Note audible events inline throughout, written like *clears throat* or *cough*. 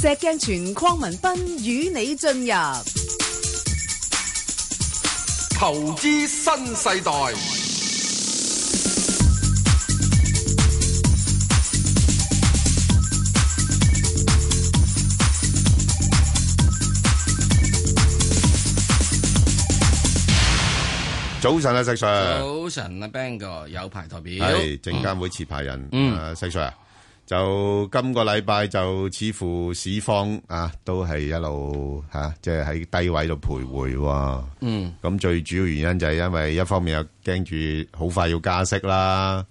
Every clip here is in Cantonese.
石鏡泉鄺民彬與你進入投資新世代。早晨啊，石 Sir，早晨啊，Bang 哥有排代表，係證監會持牌人，嗯啊石 Sir 啊就今個禮拜就似乎市況啊，都係一路吓，即係喺低位度徘徊喎。嗯，咁最主要原因就係因為一方面又驚住好快要加息啦，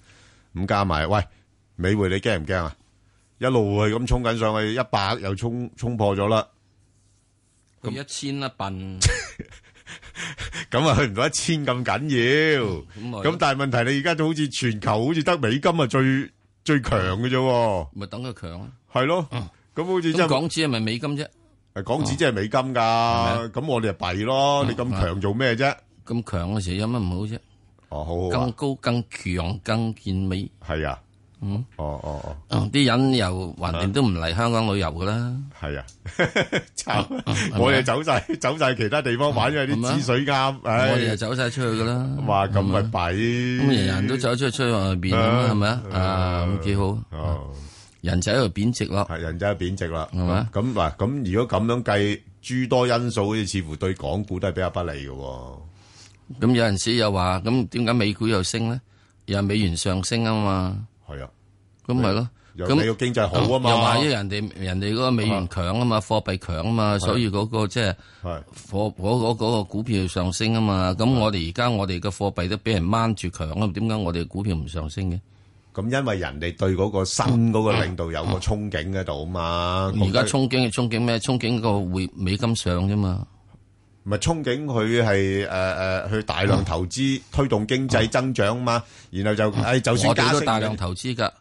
咁加埋喂美匯你驚唔驚啊？一路係咁衝緊上去，一百又衝衝破咗啦，佢一千啦 *laughs* 笨，咁啊去唔到一千咁緊要。咁我咁但係問題你而家都好似全球好似得美金啊最最強嘅啫喎，咪等佢強咯。係咯。咁好似嗯咁真係港紙係咪美金啫？港紙即係美金㗎，啊咁我哋就弊嗯咯。你咁強做咩啫？咁強嘅時候有乜唔好啫？哦，好好更啊，高、更強、更健美。係啊，嗯，哦哦哦，啊啲人又橫掂都唔嚟香港旅遊噶啦，係啊， *laughs* 慘啊！我哋走晒走晒其他地方玩，因為係啲咪止水啱，嗯我哋又唉，走晒出去噶啦。哇咁咪係咪弊，咁人人都走出去出去外邊啊咁係咪啊？啊，咁幾好。哦。人仔喺度貶值咯，係人仔貶值啦，係咪咁嗱，咁如果咁樣計，諸多因素好似似乎對港股都係比較不利嘅喎。咁有陣時又話，咁點解美股又升咧？又係美元上升啊嘛，係啊，咁咪咯。又咁你個經濟好啊嘛，又話咗人哋人哋嗰個美元強啊嘛，貨幣強啊嘛，所以嗰個即係係貨嗰嗰嗰個股票上升啊嘛。咁我哋而家我哋嘅貨幣都俾人掹住強啊，點解我哋嘅股票唔上升嘅？咁，因為人哋對嗰個新嗰個領導有個憧憬喺度啊嘛。而家覺得憧憬係憧憬咩？憧憬個匯美金上啫嘛。唔係憧憬佢係誒誒去大量投資推動經濟增長啊嘛，然後就誒就算我加哋都息大量投資㗎，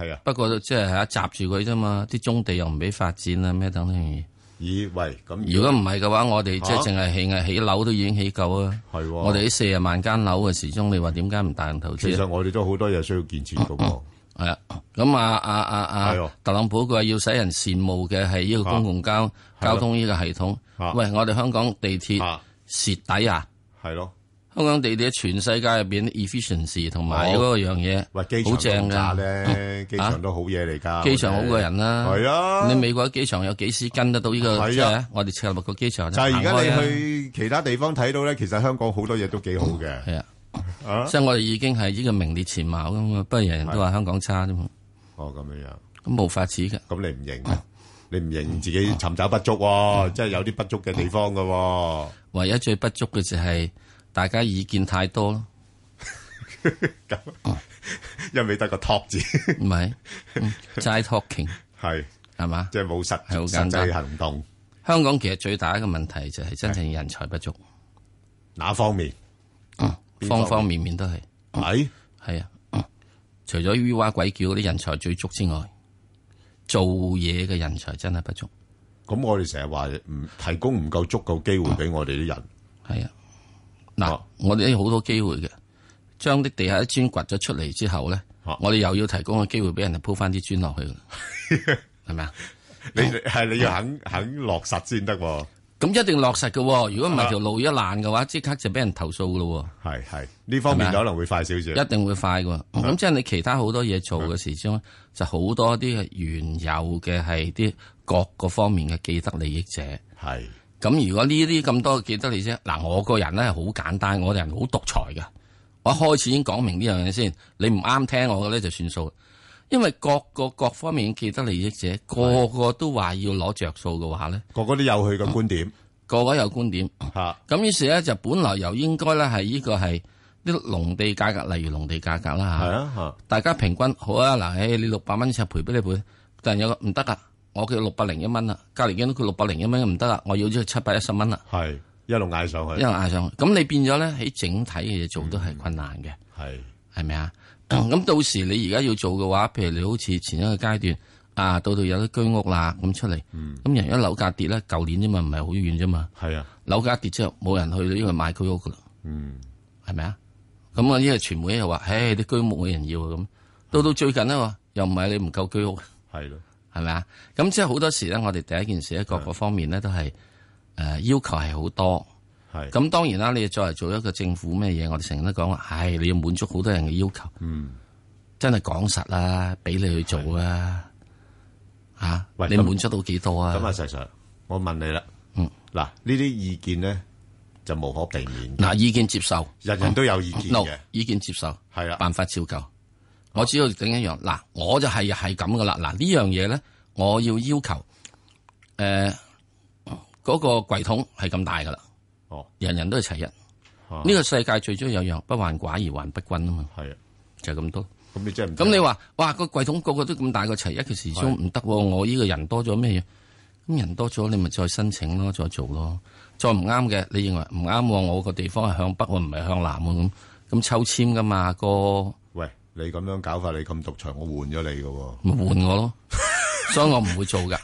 係啊，不過即係嚇閘住佢啫嘛。啲棕地又唔俾發展啊咩等等嘢。咦喂咁如果唔係嘅話，我哋即係嚇淨係起係起樓都已經起夠啊。係喎我哋啲四十萬間樓嘅時鐘，你話點解唔大量投資其啊？實我哋都好多嘢需要建設嘅喎，系啊，咁啊啊啊係啊喎，特朗普佢話要使人羨慕嘅係呢個公共交係咯交通呢個系統啊。喂，我哋香港地鐵啊蝕底啊！係咯，香港地鐵全世界入边 efficiency 同埋嗰好個樣嘢，哦喂機好場正咁價噶。咧，機場都好嘢嚟㗎，機場好過人啦，係啊你美國機場有幾時跟得到呢係啊個？即係我哋赤鱲角機場就係而家行開啊你去其他地方睇到咧，其實香港好多嘢都幾好嘅，係啊啊，即係我哋已經係呢個名列前茅噶嘛。不過人人都話香港差啫嘛，哦咁樣樣。咁冇法子嘅。咁你唔認，你唔認自己尋找不足喎，即係有啲不足嘅地方嘅喎，唯一最不足嘅就係大家意見太多咯。因為得個 top 字，唔係 *laughs* 嗯齋 talking 係係嘛？ *laughs* 即係冇實係好實簡單際行動香港其實最大一個問題就係真正人才不足，哪方面？邊方方面方面面都係係係啊。嗯除咗 U 蛙鬼叫嗰啲人才最足之外，做嘢嘅人才真係不足，咁我哋成日話唔提供唔夠足夠機會俾我哋啲人，係啊。嗱哦，我哋有好多機會嘅，將啲地下啲磚掘咗出嚟之後咧，哦我哋又要提供個機會俾人哋鋪翻啲磚落去㗎啦， *laughs* 係咪啊？你係你要肯肯落實先得喎。咁一定落實嘅喎，如果唔啊係條路一爛嘅話，即刻就俾人投訴㗎咯喎。係係呢方面係咪啊可能會快少少，一定會快嘅。咁即係你其他好多嘢做嘅時鐘，就好多啲原有嘅係啲各個方面嘅既得利益者。係咁如果呢啲咁多嘅既得利益者，嗱我個人咧係好簡單，我個人好獨裁嘅。我一開始已經講明呢樣嘢先，你唔啱聽我嘅咧就算數。因為各個各方面嘅既得利益者，個個都話要攞着數嘅話咧，個個都有佢嘅觀點個個有觀點。嚇，咁於是咧就本來由應該咧係呢個係啲農地價格，例如農地價格啦嚇。係啊嚇，大家平均好啊嗱，誒你六百蚊尺賠俾你賠，但係有個唔得啊，我叫六百零一蚊啦，隔離見到佢六百零一蚊唔得啦，啊我要咗七百一十蚊啦，啊係一路嗌上一去路，嗌上去，咁你變咗咧喺整體嘅嘢做都係困難嘅，係係咪啊？ *clears throat* 咁到時你而家要做嘅話，譬如你好似前一個階段啊，到到有啲居屋啦咁出嚟，咁、人一樓價跌咧，舊年啫嘛，唔係好遠啫嘛，係啊，樓價跌之後冇人去呢個買居屋噶啦。嗯係咪啊？咁啊，呢個傳媒又話，唉，啲居屋冇人要啊咁。到到最近咧，話又唔係你唔夠居屋，係咯，係咪啊？咁即係好多時咧，我哋第一件事咧，各個方面咧都係誒、呃要求係好多。係咁當然啦，你作為做一個政府咩嘢，我哋成日都講話，唉，你要滿足好多人嘅要求。嗯，真係講實啦，俾你去做啊，吓喂，你咁滿足到幾多咁啊，啊？石 Sir，我問你啦，嗯嗱呢啲意見咧就無可避免，嗱，意見接受，人人都有意見 no 嘅，啊意見接受，係啦辦法照舊。我只要整一樣，嗱，我就係係咁噶啦。嗱呢樣嘢咧，我要要求，诶，嗰個櫃桶係咁大噶啦，哦，人人都係齊人。啊呢個世界最終有樣不患寡而患不均啊嘛，係啊，就係咁多。咁你真係唔咁你話哇個櫃桶個個都咁大個齊一嘅時鐘唔得喎，我呢個人多咗咩嘢？咁人多咗，你咪再申請咯，再做咯。再唔啱嘅，你認為唔啱喎？我個地方係向北喎，唔係向南喎咁，咁抽籤噶嘛個， *laughs* 喂你咁樣搞法，你咁獨裁，我換咗你嘅喎， *laughs* 咪換我咯。所以我唔會做噶。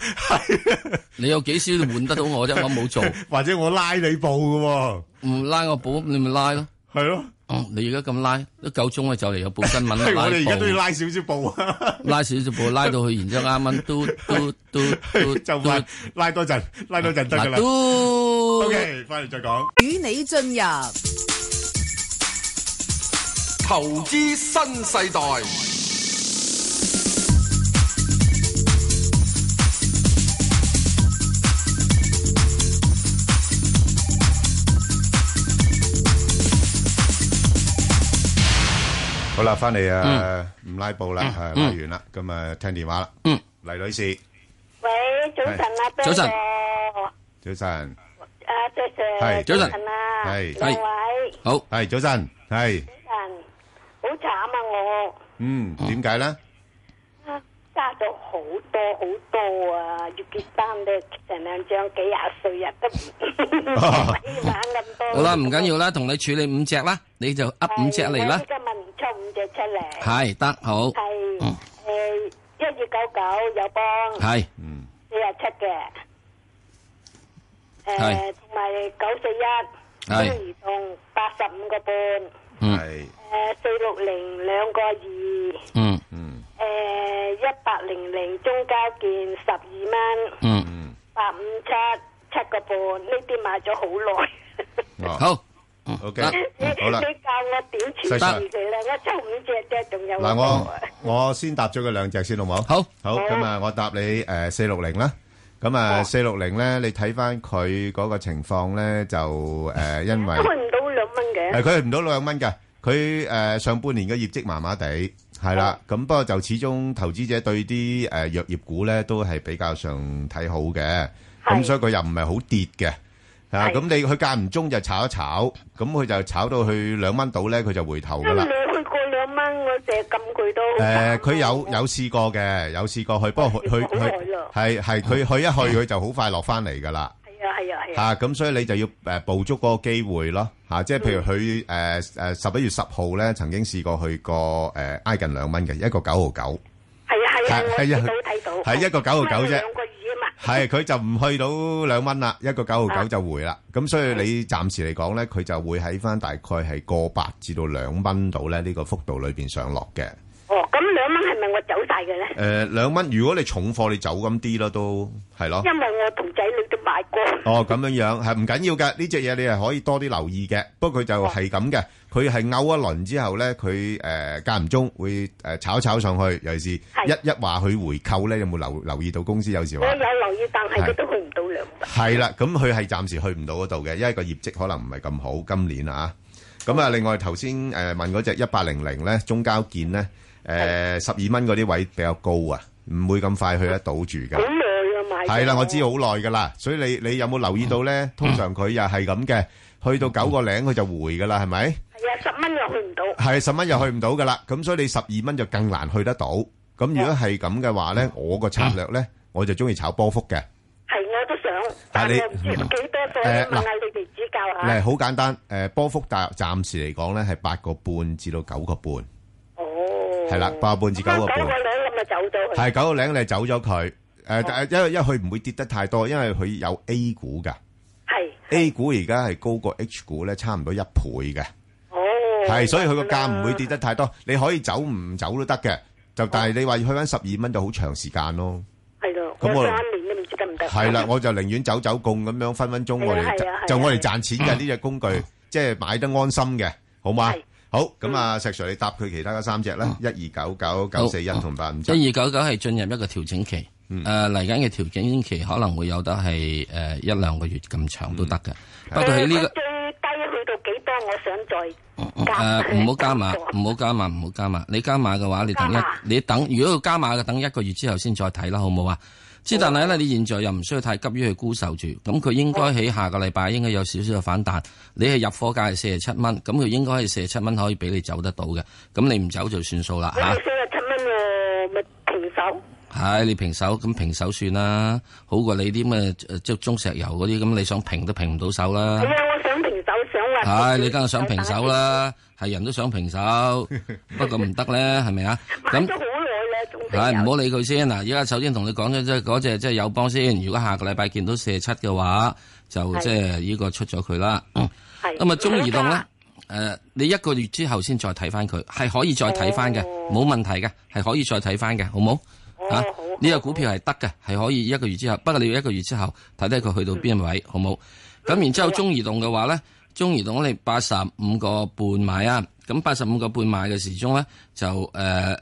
你有幾少換得到我啫？我冇做，或者我拉你步嘅喎，唔拉我保，你咪拉咯。係咯，哦你而家咁拉，都夠鐘啦，就嚟有報新聞啦。係 *laughs* 拉我哋而家布都要拉少 *laughs* 少步啊，拉少少步，拉到去，然之後啱啱嘟嘟嘟嘟 *laughs* 就快拉多陣，拉多陣得㗎啦。嘟 OK，翻嚟再講。與你進入投資新世代，好啦，翻嚟啊，唔拉布啦，啊拉完啦，咁啊聽電話啦。嗯，黎女士，喂，早晨啊，早晨早晨，阿 Sir 係 Sir，早晨啊，係兩位好，係早晨，係，早晨，好慘啊我。嗯，點解咧？揸咗好多好多啊！月結單咧，成兩張幾廿歲啊，都唔 *laughs* 使玩咁多。好啦，唔緊要啦，同你處理五隻啦，你就噏五隻嚟啦係我呢，個問唔出五隻出嚟，係得好，係誒一二九九友邦係嗯，四廿七嘅，係誒同埋九四係一中移動八十五個半，嗯係，誒四六零兩個二。嗯嗯，Ờ, 誒一八零零中交建十二蚊，嗯，八五七七個半，呢啲買咗好耐。哦好，嗯，OK，得好啦 *laughs* 你。教我點處細細置佢啦？我抽五隻啫，仲有嗱，好我多啊我先答咗佢兩隻先，好唔好？好，好，咁啊，我答你誒四六零啦。咁啊，四六零咧，你睇翻佢嗰個情況咧，就誒因為都去唔到兩蚊誒嘅。佢唔到兩蚊嘅，佢誒上半年嘅業績麻麻地，係哦啦。咁不過就始終投資者對啲誒藥業股咧都係比較上睇好嘅，咁係所以佢又唔係好跌嘅。啊，係咁你佢間唔中就炒一炒，咁佢就炒到去兩蚊度咧，佢就回頭噶因為啦。你去過兩蚊，我成日撳佢都好慘啊。誒，佢有有試過嘅，有試過去，不過佢好佢佢耐啦係係佢去一去佢就好快落翻嚟㗎啦。係啊係啊係啊，嚇，咁所以你就要誒捕捉嗰個機會咯嚇，即係譬如佢誒誒十一月十號咧曾經試過去過誒挨近兩蚊嘅一個九毫九，係啊係啊，我係睇啊到睇到。係一個九毫九啫兩個二啊嘛。係佢就唔去到兩蚊啦，一個九毫九就回啦。咁所以你暫時嚟講咧，佢就會喺翻大概係個八至到兩蚊度咧呢個幅度裏邊上落嘅。哦，咁兩蚊係咪我走晒嘅咧？誒兩蚊，如果你重貨你走咁啲啦，都係咯。因為我同仔女都買過。哦，咁樣樣係唔緊要嘅，呢只嘢你係可以多啲留意嘅。不過佢就係咁嘅，佢係勾一輪之後咧，佢誒間唔中會誒炒一炒上去，尤其是係一一話佢回購咧，有冇留留意到公司有時我話有留意，但係係佢都去唔到兩蚊。係啦？咁佢係暫時去唔到嗰度嘅，因為個業績可能唔係咁好，今年啊。咁啊，另外頭先誒問嗰只一八零零咧，中交建咧誒十二蚊嗰啲位比較高啊，唔會咁快去得到住㗎好。耐啊買咗。係啦，我知好耐㗎啦，所以你你有冇留意到咧？通常佢又係咁嘅，去到九個零佢就回㗎啦，係咪？系啊，十蚊又去唔到。係十蚊又去唔到㗎啦，咁所以你十二蚊就更難去得到。咁如果係咁嘅話咧，我個策略咧，我就中意炒波幅嘅。係我都想，但但你係唔知幾多歲，誒嗱問下你哋指教誒，下。好簡單，誒波幅大暫時嚟講咧係八個半至到九個半，哦，係啦，八個半至九個咁九半個。兩咁咪走咗佢。係九個零你走咗佢，誒，但係因為因為佢唔會跌得太多，因為佢有 A 股㗎係。 ，A 股而家係高過 H 股咧，差唔多一倍嘅。哦。係，所以佢個價唔會跌得太多。你可以走唔走都得嘅，就但係你話要去翻十二蚊就好長時間咯。係咁有我三年都唔知得唔得。係啦，我就寧願走走共咁樣，分分鐘我係啊哋係啊係啊就我哋賺錢嘅呢只工具，即係買得安心嘅，好嘛係？好，咁啊，石 Sir 你答佢其他嗰三隻啦，一二九九九四一同八五七，一二九九系進入一個調整期，誒嚟緊嘅調整期可能會有得係誒一兩個月咁長都得嘅。不過喺呢佢個最低去到幾多？我想 ờ, 再加。呃誒唔好加 *laughs* 碼，唔好加碼，唔好加碼。你加碼嘅話，你等一加碼你等，如果要加碼嘅，等一個月之後先再睇啦，好唔好啊？之但係咧，你現在又唔需要太急於去沽售住，咁佢應該喺下個禮拜應該有少少嘅反彈。你係入貨價係四十七蚊，咁佢應該係四十七蚊可以俾你走得到嘅，咁你唔走就算數啦你嚇。四十七蚊喎，咪停手。係你平手咁平手算啦，好過你啲咩誒即係中石油嗰啲咁，你想平都平唔到手啦係。啊，我想平手， *laughs* 想話。係你梗係想平手。 *laughs* 啦，係人都想平手，不過唔得咧，係 *laughs* 咪啊？買咁咗好耐啦，仲未有係唔好理佢先嗱。而家首先同你講咗即係嗰只即係友邦先，如果下個禮拜見到四十七嘅話，就係即係呢個出咗佢啦。係咁啊，中移動咧加，誒，你一個月之後先再睇翻佢，係可以再睇翻嘅，哦冇問題嘅，係可以再睇翻嘅，好冇？哦啊好呢個股票係得嘅，係可以一個月之後，不過你要一個月之後睇睇佢去嗯到邊位，好冇？咁然之後中移動嘅話咧，中移動你八十五個半買啊，咁八十五個半買嘅時鐘咧就誒，呃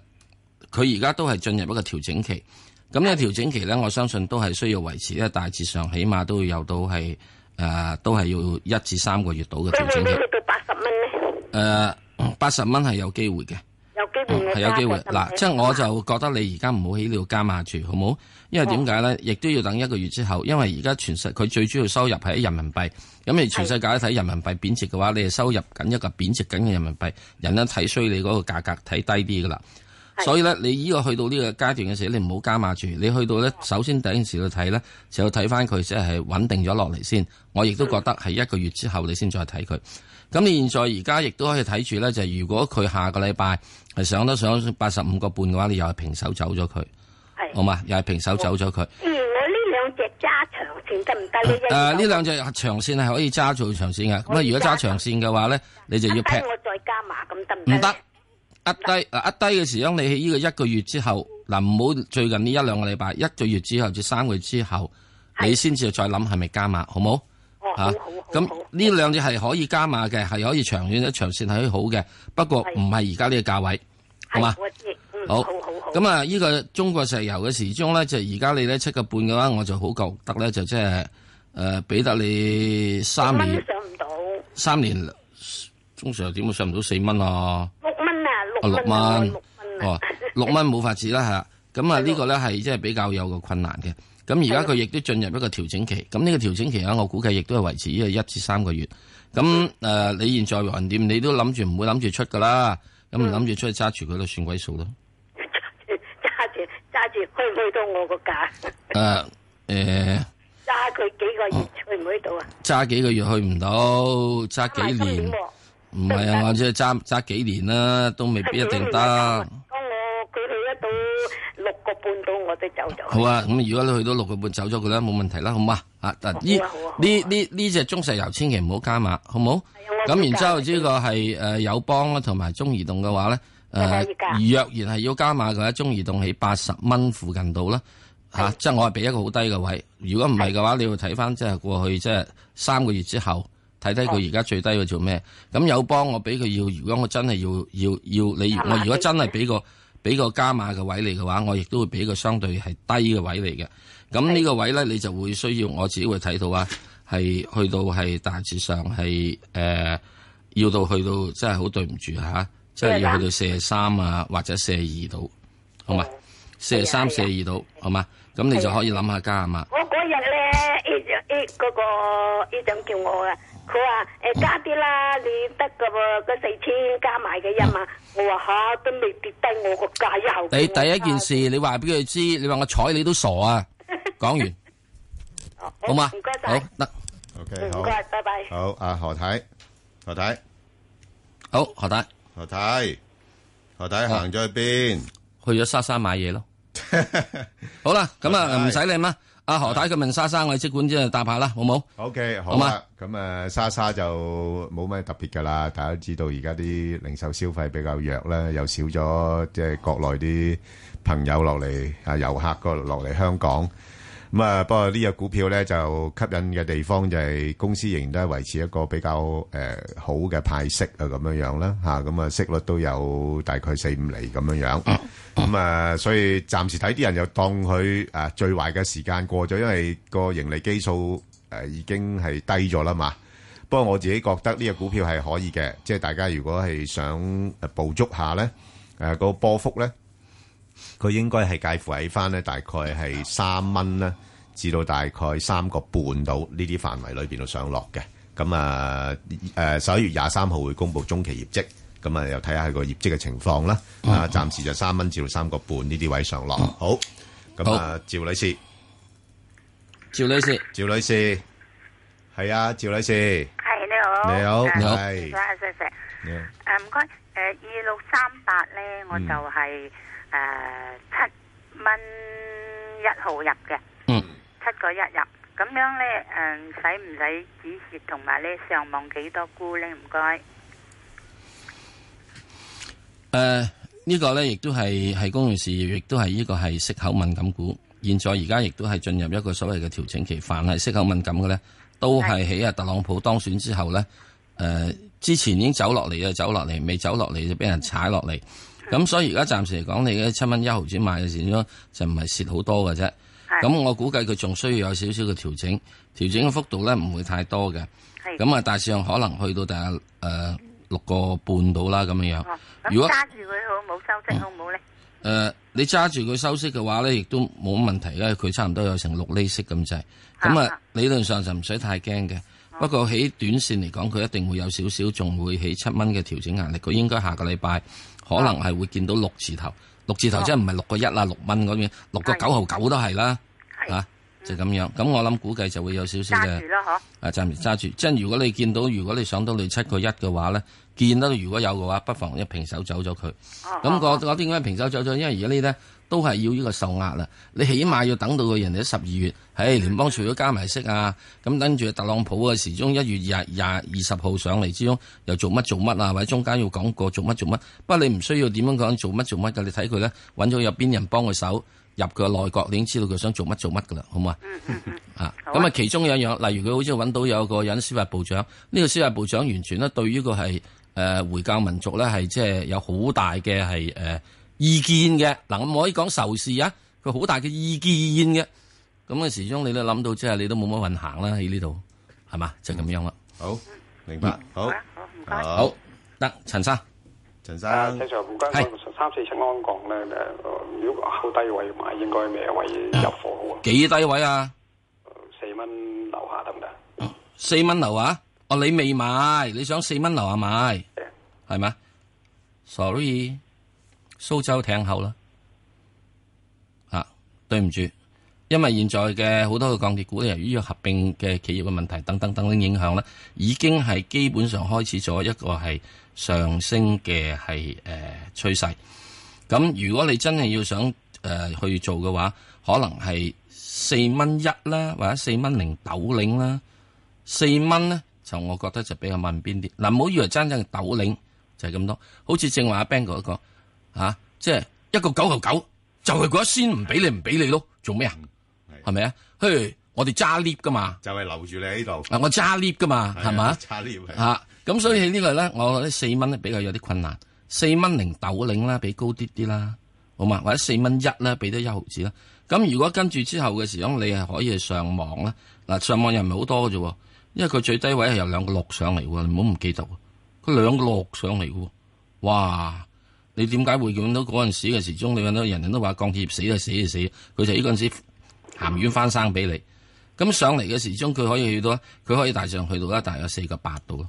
佢而家都係進入一個調整期。咁呢個調整期咧，我相信都係需要維持咧，大致上起碼都要有到係誒、呃都係要一至三個月到嘅會調唔整 *laughs* 期會。去到八十蚊咧？誒八十蚊係有機會嘅，有機會我哦係有機會。加過嗱，即係我就覺得你而家唔好喺呢度加碼住，好冇？因為點解咧？亦都要等一個月之後，因為而家全世佢最主要收入係喺人民幣。咁你全世界都睇人民幣貶值嘅話，你係收入緊一個貶值緊嘅人民幣，人咧睇衰你嗰個價格睇低啲噶啦。係所以咧，你呢個去到呢個階段嘅時候，你唔好加碼住。你去到咧，首先第一件事去睇咧，就要睇翻佢即係穩定咗落嚟先。我亦都覺得係一個月之後你先再睇佢。咁你現在而家亦都可以睇住咧，就係如果佢下個禮拜係上得上八十五個半嘅話，你又係平手走咗佢，係好嘛？又係平手走咗佢。嗯，我呢兩隻揸長線得唔得呢？誒、呢兩隻長線係可以揸做長線嘅。咁啊，如果揸長線嘅話咧，你就要一劈陣間我再加碼咁得唔唔得？得。一低嗱，一低嘅時候，你喺呢個一個月之後，嗱唔好最近呢一兩個禮拜，一個月之後至三個月之後，係你先至再諗係咪加碼，好冇？哦，好吓好好。啊咁好呢兩隻係可以加碼嘅，係可以長遠一長線係好嘅，不過係唔係而家呢個價位，好嘛係？我知，嗯，好好好好。咁啊，呢個中國石油嘅時鐘咧，就而家你咧七個半嘅話，我就好覺得咧，就即係誒俾得你三年蚊上唔到，六三年，中石油點會上唔到四蚊啊？ *laughs* 蚊啊啊，六六蚊啊，蚊六蚊，哦啊， *laughs* 六蚊冇法子啦嚇。咁啊呢個咧係即係比較有個困難嘅。咁而家佢亦都進入一個調整期。咁呢個調整期啊咧，我估計亦都係維持呢個一至三個月。咁嗯誒、呃你現在橫掂，你都諗住唔會諗住出噶啦。咁嗯唔諗住出去揸住佢都算鬼數咯。揸住揸住，去唔去到我個價？ *laughs* 誒誒，揸佢幾個月去唔去到啊？揸、幾個月去唔到，揸買幾今年喎唔係啊，我即係揸揸幾年啦，都未必一定得。*laughs* 當我佢去得到六個半到，我都走咗。好啊，咁如果你去到六個半走咗佢啦，冇問題啦，好嘛？啊，嗱，呢好啊好啊好啊啊呢呢呢只中石油千祈唔好加碼，好冇？我咁知然㗎之後呢個係誒友邦啦，同埋中移動嘅話咧，誒係可以㗎若然係要加碼嘅話，中移動喺八十蚊附近度啦，嚇，即係我係俾一個好低嘅位。如果唔係嘅話，你要睇翻即係過去即係三個月之後。睇睇哦佢而家最低佢做咩？咁友邦我俾佢要，如果我真係要要要你，加碼我如果真係俾個俾個加碼嘅位你嘅話，我亦都會俾個相對係低嘅位嚟嘅。咁呢個位咧，你就會需要我自己會睇到啊，係去到係大致上係誒、呃要到去到真係好對唔住嚇，即係要去到四十三啊或者四十二度，好啊嘛？四十三、四十二度，好嘛？咁你就可以諗下加碼。我嗰日咧，A 長 A 嗰個 A 長叫我啊，佢話誒加啲啦，你得噶喎，嗰四千加埋嘅一萬，我話吓都未跌低我個價一後。你第一件事，啊你話俾佢知，你話我睬你都傻 *laughs* 啊！講完哦，好嘛？唔該好晒，得 OK，唔好，該，拜拜。好，阿何太，何太，好，何太何太，何太行咗去邊？ *laughs* 去咗沙沙買嘢咯。好啦，咁何太啊唔使你啦。阿何太佢問莎莎，我哋即管即係答下啦，好冇？ OK，好好嘛？啦，咁啊，莎莎就冇咩特別噶啦，大家都知道而家啲零售消費比較弱啦，又少咗即係國內啲朋友落嚟啊，遊客過落嚟香港。咁啊，不過呢只股票咧就吸引嘅地方就係公司仍然都係維持一個比較誒、呃好嘅派息啊咁樣樣啦嚇，咁啊息率都有大概四五厘咁樣樣，咁啊所以暫時睇啲人又當佢啊最壞嘅時間過咗，因為個盈利基數誒、呃已經係低咗啦嘛。不過我自己覺得呢只股票係可以嘅，即係大家如果係想呃捕捉下咧，誒、個波幅咧。佢應該係介乎喺翻咧，大概係三蚊啦，至到大概三個半到呢啲範圍裏邊度上落嘅。咁啊誒十一月廿三號會公布中期業績，咁啊又睇下佢個業績嘅情況啦。啊，暫時就三蚊至到三個半呢啲位上落。好，咁啊，趙女士，趙女士，趙女士，係啊，趙女士，系你好你好，你好係啊，石石，你好诶唔該，诶二六三八咧，嗯我就係诶七蚊一毫入嘅，嗯，七個一入。咁樣咧，诶使唔使止蝕同埋咧上網幾多沽咧？唔該。誒呃呢個咧亦都係係公用事業，亦都係呢個係息口敏感股。現在而家亦都係進入一個所謂嘅調整期，凡係息口敏感嘅咧，都係喺啊特朗普當選之後咧，誒、呃之前已經走落嚟啊，走落嚟，未走落嚟就俾人踩落嚟。咁所以而家暫時嚟講，你嘅七蚊一毫子買嘅時鐘就唔係蝕好多嘅啫。係咁我估計佢仲需要有少少嘅調整，調整嘅幅度咧唔會太多嘅。係咁啊，大致上可能去到大誒六個半到啦咁樣樣。哦，如咁果揸住佢好冇收息好唔好咧？誒、呃你揸住佢收息嘅話咧，亦都冇問題因為佢差唔多有成六厘息咁滯。咁啊啊，理論上就唔使太驚嘅。不過喺短線嚟講，佢一定會有少少，仲會起七蚊嘅調整壓力。佢應該下個禮拜可能係會見到六字頭，六字頭即係唔係六個一啊啦，六蚊嗰邊，六個九毫九都係啦，係嚇、就咁樣。咁我諗估計就會有少少揸住嘅咯，嗬。啊，暫時揸住。即係如果你見到，如果你上到你七個一嘅話咧，見到如果有嘅話，不妨一平手走咗佢。啊哦咁哦我我點解平手走咗？因為而家呢啲咧都係要呢個受壓啦。你起碼要等到個人哋十二月，唉，聯邦除咗加埋息啊，咁跟住特朗普啊，時鐘一月廿廿二十號上嚟之中，又做乜做乜啊，或者中間要講過做乜做乜。不過你唔需要點樣講做乜做乜㗎，你睇佢咧揾咗入邊人幫佢手入個內閣，你已經知道佢想做乜做乜㗎啦，好嘛？啊，好啊咁啊，其中有一樣，例如佢好似揾到有個人司法部長，呢、個司法部長完全咧對於個係誒回教民族咧係即係有好大嘅係誒意見嘅，嗱，我唔可以講仇視啊，佢好大嘅意見嘅，咁嘅時鐘你都諗到即係你都冇乜運行啦喺呢度，係嘛？就咁樣啦。好，明白，好，好啊好唔該好，得陳生，陳啊，生石，Sir，唔該，係我三四七安港咧，誒、呃如果後低位買，應該咩位入貨好啊？幾低位啊？四蚊樓下得唔得？四蚊樓啊？哦，你未買，你想四蚊樓啊買，係咪？Sorry，蘇州艇後啦。啊，對唔住，因為現在嘅好多嘅鋼鐵股咧，由於合併嘅企業嘅問題等等等等影響咧，已經係基本上開始咗一個係上升嘅係誒趨勢。咁如果你真係要想誒、呃去做嘅話，可能係四蚊一啦，或者四蚊零豆領啦。四蚊咧，就我覺得就比較問邊啲。嗱，唔好以為真正嘅斗領就係咁多，好似正話阿 Bang 哥講嚇，即係一個九嚿九，就係嗰一仙唔俾你唔俾你咯，做咩啊？係咪啊？嘿，我哋揸 lift 噶嘛，就係留住你喺度，嗱，我揸 lift 噶嘛，係咪啊？差呢位，嚇，咁所以呢個咧，我覺得四蚊咧比較有啲困難，四蚊零豆領啦，俾高啲啲啦，好嘛？或者四蚊一啦，俾多一毫子啦。咁如果跟住之後嘅時候，你係可以上網啦。嗱，上網又唔係好多嘅啫喎，因為佢最低位係由兩個六上嚟喎，你唔好唔記得喎。佢兩個六上嚟嘅喎，哇！你點解會見到嗰陣時嘅時鐘？你揾到人人都話鋼鐵業死就死就死，佢就呢嗰陣時鹹魚翻生俾你。咁上嚟嘅時鐘，佢可以去到，佢可以大致上去到咧，大約四個八度咯。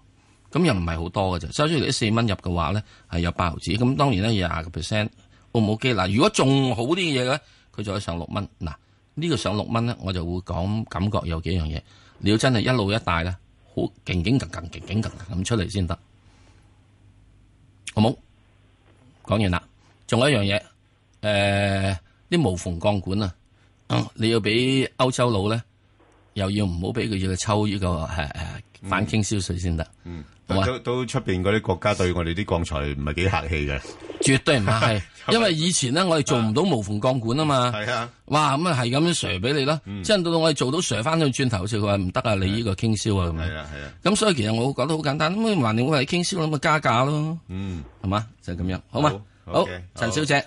咁又唔係好多嘅啫，收出嚟啲四蚊入嘅話咧，係有八毫子。咁當然咧，廿個 percent O 唔 OK？嗱，如果仲好啲嘅嘢咧，佢就可以上六蚊。嗱，呢個上六蚊咧，我就會講感覺有幾樣嘢。你要真係一路一帶咧，好勁勁格格勁勁格格咁出嚟先得，好冇？講完啦，仲有一樣嘢，誒、啲無縫鋼管啊！嗯你要俾歐洲佬咧，又要唔好俾佢要抽呢、個誒誒、反傾銷税先得，好啊，都-都出邊嗰啲國家對我哋啲鋼材唔係幾客氣嘅。絕對唔客氣，因為以前咧我哋做唔到無縫鋼管啊嘛。哇，咁啊係咁樣 share 俾你啦，即係到到我哋做到 share 翻去轉頭，好似佢話唔得啊，你呢個傾銷啊咁樣。咁所以其實我覺得好簡單，咁啊橫掂我係傾銷咁咪加價咯，係啊，係啊，係啊，嗯，係好，嘛？就係咁樣，好嘛？好好 OK，，陳好小姐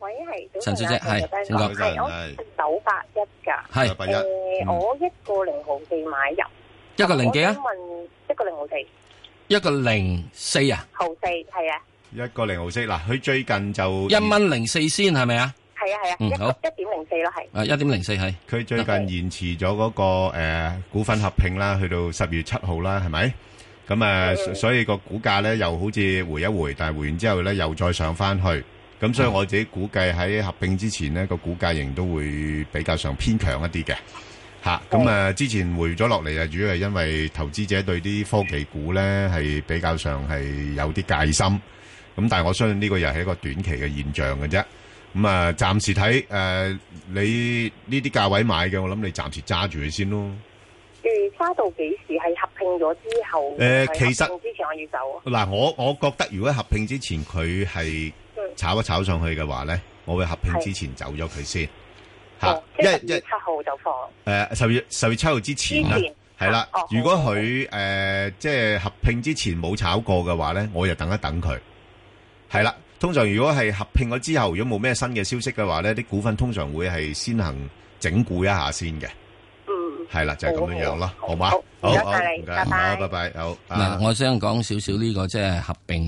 喂，係啊陳小姐係請講係係我九八一㗎。係八一誒嗯我一個零毫四買入，一個零幾啊我想？問一個零毫四，一個零四啊，毫四係啊，嗯一個零毫息，嗱，佢最近就-一蚊零四先係咪啊？係啊係啊，嗯一好一點零四咯係。啊，一點零四係呃佢最近延遲咗嗰個，誒，股份合併啦，去到10月7號啦，係咪？咁，誒，呃所-所以個股價呢，又好似回一回，但係回完之後呢，又再上返去。咁所以我自己估計喺合併之前呢，個股價仍都會比較上偏強一啲嘅。吓，咁啊，之前回咗落嚟啊，主要係因為投資者對啲科技股咧係比較上係有啲戒心，咁但係我相信呢個又係一個短期嘅現象嘅啫。咁啊，暫時睇誒、呃你呢啲價位買嘅，我諗你暫時揸住佢先咯。誒，揸到幾時係合併咗之後？誒係合併其實之前我要走啊。嗱，我我覺得如果合併之前佢係炒一炒上去嘅話咧，我會合併之前走咗佢先嚇哦，即因係為十因月七號就放。誒十月十月七號之前啦之前，係啦哦。如果佢誒即係合併之前冇炒過嘅話咧，我就等一等佢。係啦，通常如果係合併咗之後，如果冇咩新嘅消息嘅話咧，啲股份通常會係先行整固一下先嘅。嗯，係啦，就係咁樣樣咯，好好嘛？好好，唔該好晒你唔該拜拜好，拜拜，好。啊嗱，我想講少少呢個即係合併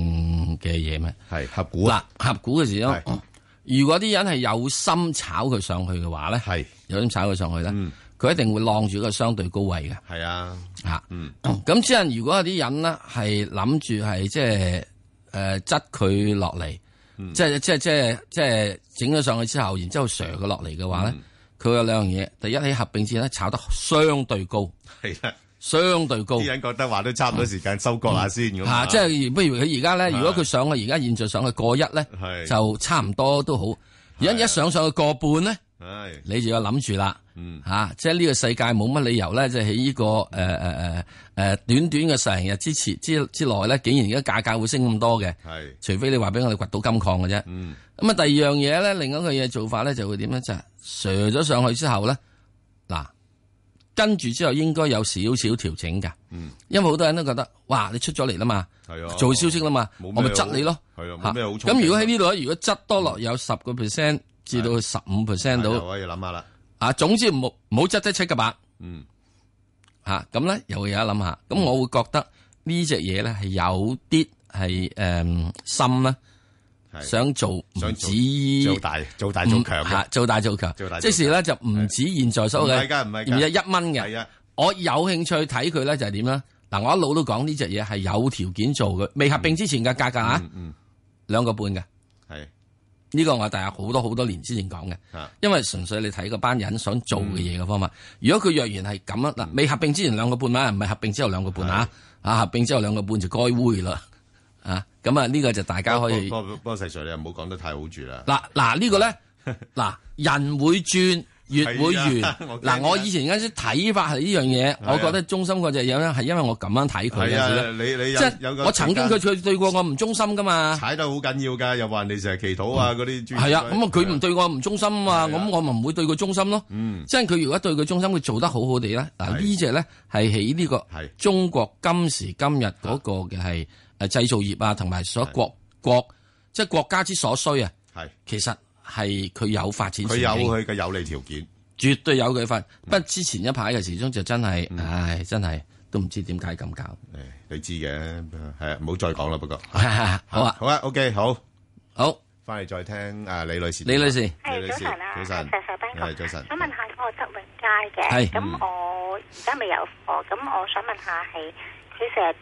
嘅嘢咩？係合股嗱啊，，合股嘅時候係，如果啲人係有心炒佢上去嘅話咧，係有心炒佢上去咧嗯，佢一定會晾住一個相對高位嘅。係啊，吓，嗯咁即係如果有啲人咧係諗住係即係诶执佢落嚟，嗯即係即係即係即係整咗上去之後，然之后削佢落嚟嘅話咧，嗯佢有兩樣嘢，第一喺合併之前咧炒得相對高，係啦，相對高啲。人覺得話都差唔多時間收割下先咁吓，啊嗯即係不如佢而家咧，係如果佢上去而家現在上去過一咧係，就差唔多都好。而家係啊一上上去過半咧，係你就要諗住啦。嗯吓、即係呢個世界冇乜理由咧，即係喺呢個诶诶诶诶短短嘅成日之前之之內咧，竟然而家價格會升咁多嘅，係除非你話俾我哋掘到金礦嘅啫。咁啊、嗯第二樣嘢咧，另一個嘢做法咧就會點咧，就係瀡咗上去之後咧，嗱，跟住之後應該有少少調整㗎，嗯因為好多人都覺得，哇，你出咗嚟啦嘛，係啊，做消息啦嘛，冇咩我咪執你咯。好係啊，嚇冇咩好憧憬啊。咁如果喺呢度咧，如果執多嗯落有十個 percent 至哎到十五 percent 係啊到，我要諗下啦，啊，總之唔好唔好執得七個八。嗯吓，咁咧又會有得諗下。咁我會覺得呢只嘢咧係有啲係诶心啦，係想做想唔做止做大做大做強唔嚇嘅，做大做強做大做強即是咧就唔止現在收嘅，唔係㗎唔係㗎而一蚊嘅。係啊，我有興趣睇佢咧就係點啦。嗱，我一路都講呢只嘢係有條件做嘅，未合併之前嘅價格啊嗯，嗯兩個半嘅。係呢個我大約好多好多年之前講嘅啊，因為純粹你睇嗰班人想做嘅嘢嘅嗯方法。如果佢若然係咁啊，嗱，未合併之前兩個半啦，唔係合併之後兩個半啊，啊合併之後兩個半就該灰啦，啊咁啊呢個就大家可以不不不過細 Sir 你又唔好講得太好住啦。嗱嗱呢個 *laughs* 咧嗱人會轉。越會係圓啊我驚嗱，我啊以前嗰陣時睇法係呢樣嘢，啊我覺得忠心嗰只嘢咧，係因為我咁樣睇佢嗰係陣時啊，咧，你你即有有係個我曾經佢時間佢對過我唔忠心噶嘛，踩得好緊要㗎，又話你成日祈禱啊嗰啲諸係如啊，此類咁啊佢唔對我唔忠心啊嘛，係啊咁我咪唔會對佢忠心咯。嗯即係佢如果對佢中心，佢做得好好地咧，嗱係呢只咧係喺呢個係中國今時今日嗰個嘅係誒製造業啊，同埋所國國即係國家之所需啊，係其實係佢有發展佢前有啊嗯景，佢嘅有利條件。絕對有佢發。不過之前一排嘅時鐘就真係，嗯唉，真係都唔知點解 *laughs* 咁搞。唉你知嘅，係啊，唔好再講啦。不過好啊，好啊，OK，好，好，翻嚟再聽啊李女士。李女士，李女士，係早晨啊，早晨石 Sir 係早晨想問下我德永街嘅，係咁我而家未有貨，咁我想問下係佢成日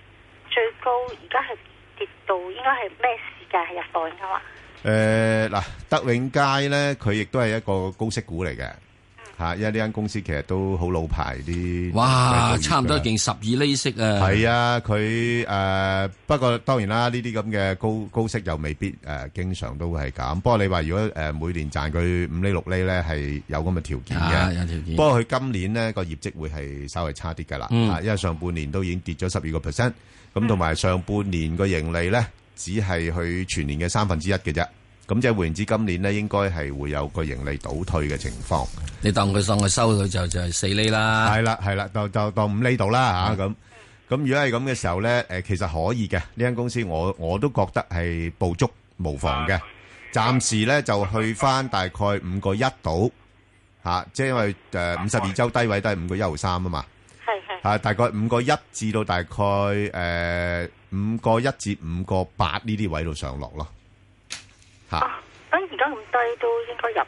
最高，而家係跌到應該係咩時間係入貨應該話？誒嗱，德永佳咧，佢亦都係一個高息股嚟嘅吓，因為呢間公司其實都好老牌啲。哇，差唔多件十二厘息啊！系啊，佢诶、呃不過當然啦，呢啲咁嘅高高息又未必诶、呃，经常都係咁。不過你話如果诶、呃每年賺佢五厘六厘咧，係有咁嘅條件啊，嘅。有條件不。過佢今年呢個業績會係稍微差啲㗎啦，嗯啊因為上半年都已經跌咗十二個 percent，咁同埋上半年個盈利咧只係佢全年嘅三分之一嘅啫。咁即係換言之，今年咧應該係會有個盈利倒退嘅情況。你當佢當佢收佢就就係四厘啦。系啦，系啦，就就當五厘度啦吓咁。咁如果係咁嘅時候咧，诶、其實可以嘅呢間公司我，我都覺得係捕捉無妨嘅。暫時咧就去翻大概五個一度吓，啊即係因為诶五十二周低位都係五個一毫三啊嘛，係係啊大概五個一至到大概诶五個一至五個八呢啲位度上落咯。吓、啊，咁而家咁低都應該入，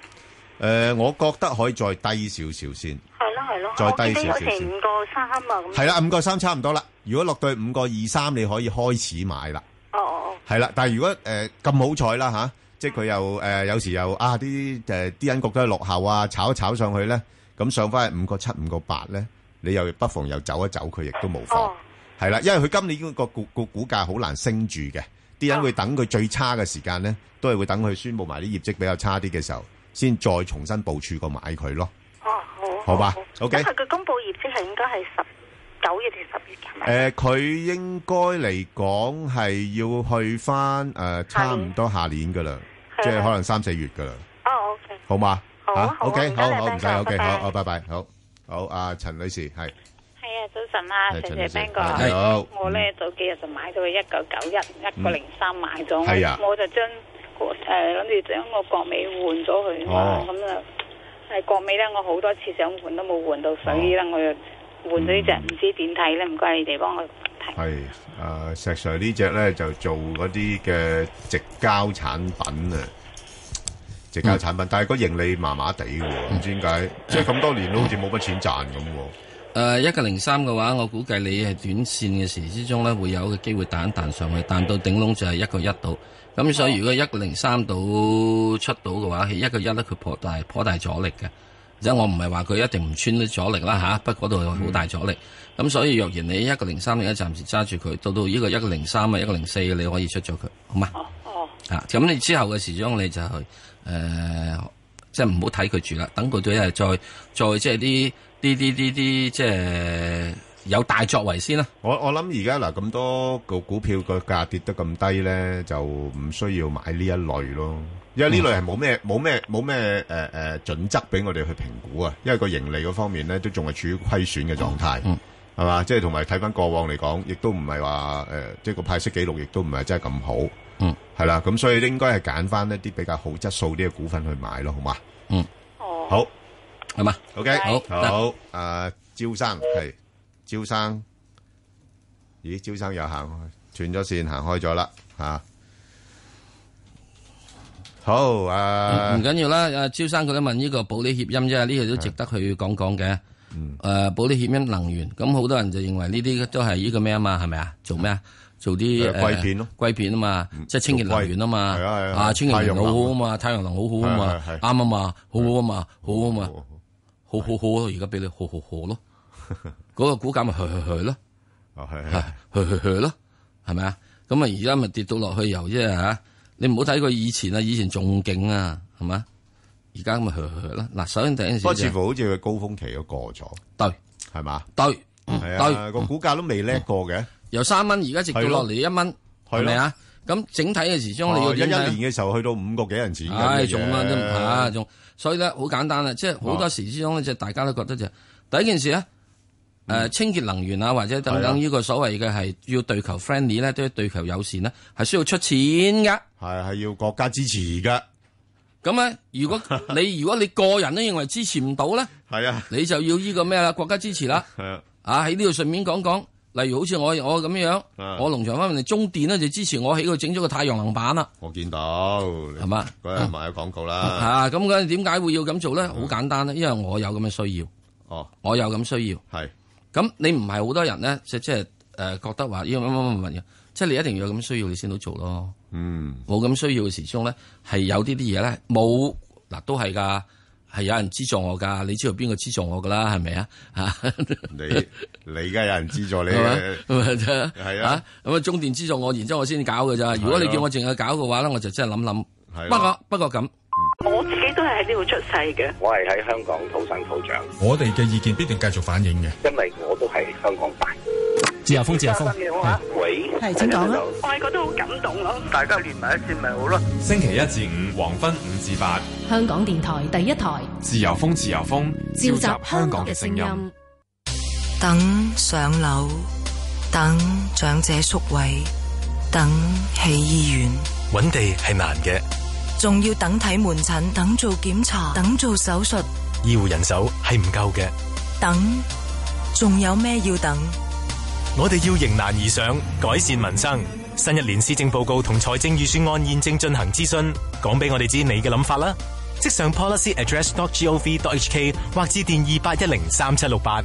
诶、我覺得可以再低少少先。係咯係咯，再低我見到有少少先成五個三啊咁。系啦，五個三差唔多啦。如果落到五個二三，你可以開始買啦。哦哦係啦，但係如果誒咁好彩啦吓，即係佢又誒、呃有時又啊啲誒啲人覺得落後啊，炒一炒上去咧，咁上翻去五個七、五個八咧，你又不妨又走一走佢，亦都無哦妨哦。，係啦、因為佢今年個股股股價好難升住嘅，啲人會等佢最差嘅時間咧，都係會等佢宣布埋啲業績比較差啲嘅時候，先再重新部署個買佢咯。哦好，好吧，OK 因為佢公布業績係應該係十九月定十月係咪？诶，佢、應該嚟講係要去翻诶、呃差唔多下年噶啦，係啊即係可能三四月噶啦，哦，OK，好嘛？好啊嚇好啊，OK，唔好該好你唔使 Ben 哥，OK，拜好拜，好，拜拜，好好。阿陳女士係系啊，早晨啊，係謝陳女謝士 Ben 哥。係好我咧早幾日就買咗一九九一一個零三買咗，係啊我就將國誒諗住將個國美換咗佢嘛哦，咁啊係國美咧，我好多次想換都冇換到，所以哦咧我又換咗呢嗯只，唔知點睇咧？唔該你哋幫我睇。係诶、呃石 Sir 呢只咧就做嗰啲嘅直交產品啊，直交產品，但係個盈利麻麻地嘅喎，唔知點解，即係咁多年都好似冇乜錢賺咁喎。誒呃一個零三嘅話，我估計你係短線嘅時之中咧，會有嘅機會彈一彈上去，彈到頂籠就係一個一度。咁所以如果一個零三度出到嘅話，係一個一咧，佢頗大頗大阻力嘅。即係我唔係話佢一定唔穿啲阻力啦吓，不過嗰度有好大阻力。咁、所以若然你一個零三而家暫時揸住佢，到到呢個一個零三啊，一個零四你可以出咗佢，好嘛？哦哦，啊，咁你之後嘅時鐘你就去誒、呃即係唔好睇佢住啦，等佢到一日再再即係啲啲啲啲啲即係有大作為先啦。我我諗而家嗱咁多個股票個價跌得咁低咧，就唔需要買呢一類咯。因為呢類係冇嗯咩冇咩冇咩誒誒準則俾我哋去評估啊。因為個盈利嗰方面咧，都仲係處於虧損嘅狀態，嗯係嘛、即係同埋睇翻過往嚟講，亦都唔係話誒，即係個派息記錄亦都唔係真係咁好。嗯，係啦，咁所以應該係揀翻一啲比較好質素啲嘅股份去買咯，好嘛？嗯，哦好係嘛？ ，OK，好得好，誒，招生係招生。咦，招生又行斷咗線，行開咗啦吓。好啊，唔緊要啦，阿招生佢都問呢個保利協鑫啫，呢個都值得去講講嘅。嗯誒、保利協鑫能源，咁好多人就認為呢啲都係呢個咩啊嘛，係咪啊？做咩啊？做啲誒硅片咯，硅片啊嘛，即係清潔能源啊嘛，做硅係啊係啊清潔能源太陽能好好啊嘛，太陽能好好啊嘛係係係，嗯啱啊嘛，好好啊嘛，好好啊嘛。好好好咯，而家俾你好好好 *laughs* 咯，嗰個股價咪去去去咯，哦係係係 *laughs* 去去去咯，係咪啊？咁啊，而家咪跌到落去油啫嚇，啊你唔好睇佢以前啊，以前仲勁啊，係咪啊？而家咁咪去去去啦。嗱，首先第一件不過事就似係乎好似佢高峰期都過咗，對係嘛？對係啊，對個股價都未叻過嘅。由三蚊而家直到落嚟一蚊，係咯嗯係咪啊？咁整體嘅時鐘你哦要一點睇啊一年嘅時候去到五個幾人錢嘅唉，嘢仲啊啦都唔怕，仲所以咧好簡單啦，啊即係啊好多時之中咧，就大家都覺得就第一件事咧，誒清潔能源啊，或者等嗯係啊等呢個所謂嘅係要對球 friendly 咧，都要對球友善咧，係需要出錢噶。係係要國家支持㗎。咁咧，如果你如果你個人都認為支持唔到咧，係啊，你就要呢個咩啦，國家支持啦。係啊，啊，喺呢度順便講講，例如好似我我咁樣，啊我農場方面中電咧就支持我喺度整咗個太陽能板啦，我見到係嘛？嗰日賣咗廣告啦。嗯啊，咁嗰陣點解會要咁做咧？好簡單咧，因為我有咁嘅需要。哦，我有咁需要。係咁你唔係好多人咧，即即係誒覺得話要乜乜乜乜嘅，即係你一定要有咁需要你先到做咯。嗯冇咁需要嘅時鐘咧，係有啲啲嘢咧冇嗱都係㗎。係有人資助我㗎，你知道邊個資助我㗎啦，係咪啊？ *laughs* 嚇 *laughs* 你你梗係有人資助你係嘛嘅，咁啊係啊，咁啊中電資助我，然之後我先搞㗎咋。如果你叫我淨係搞嘅話咧，我就真係諗諗。係不咯過不過咁，我自己都係喺呢度出世嘅。我係喺香港土生土長，我哋嘅意見必定繼續反映嘅。因為我都係香港大。自由風，自由風。喂，係請講啦。我係覺得好感動咯。大家連埋一線咪好咯。星期一至五黃昏五至八，香港電台第一台，自由風自由風，召集香港嘅聲音。等上樓，等長者宿位，等喺醫院，揾地係難嘅，仲要等睇門診，等做檢查，等做手術，醫護人手係唔夠嘅，等仲有咩要等？我哋要迎難而上，改善民生。新一年施政報告同財政預算案現正進行諮詢，講俾我哋知你嘅諗法啦。即上 policyaddress.gov.hk 或致電二八一零三七六八。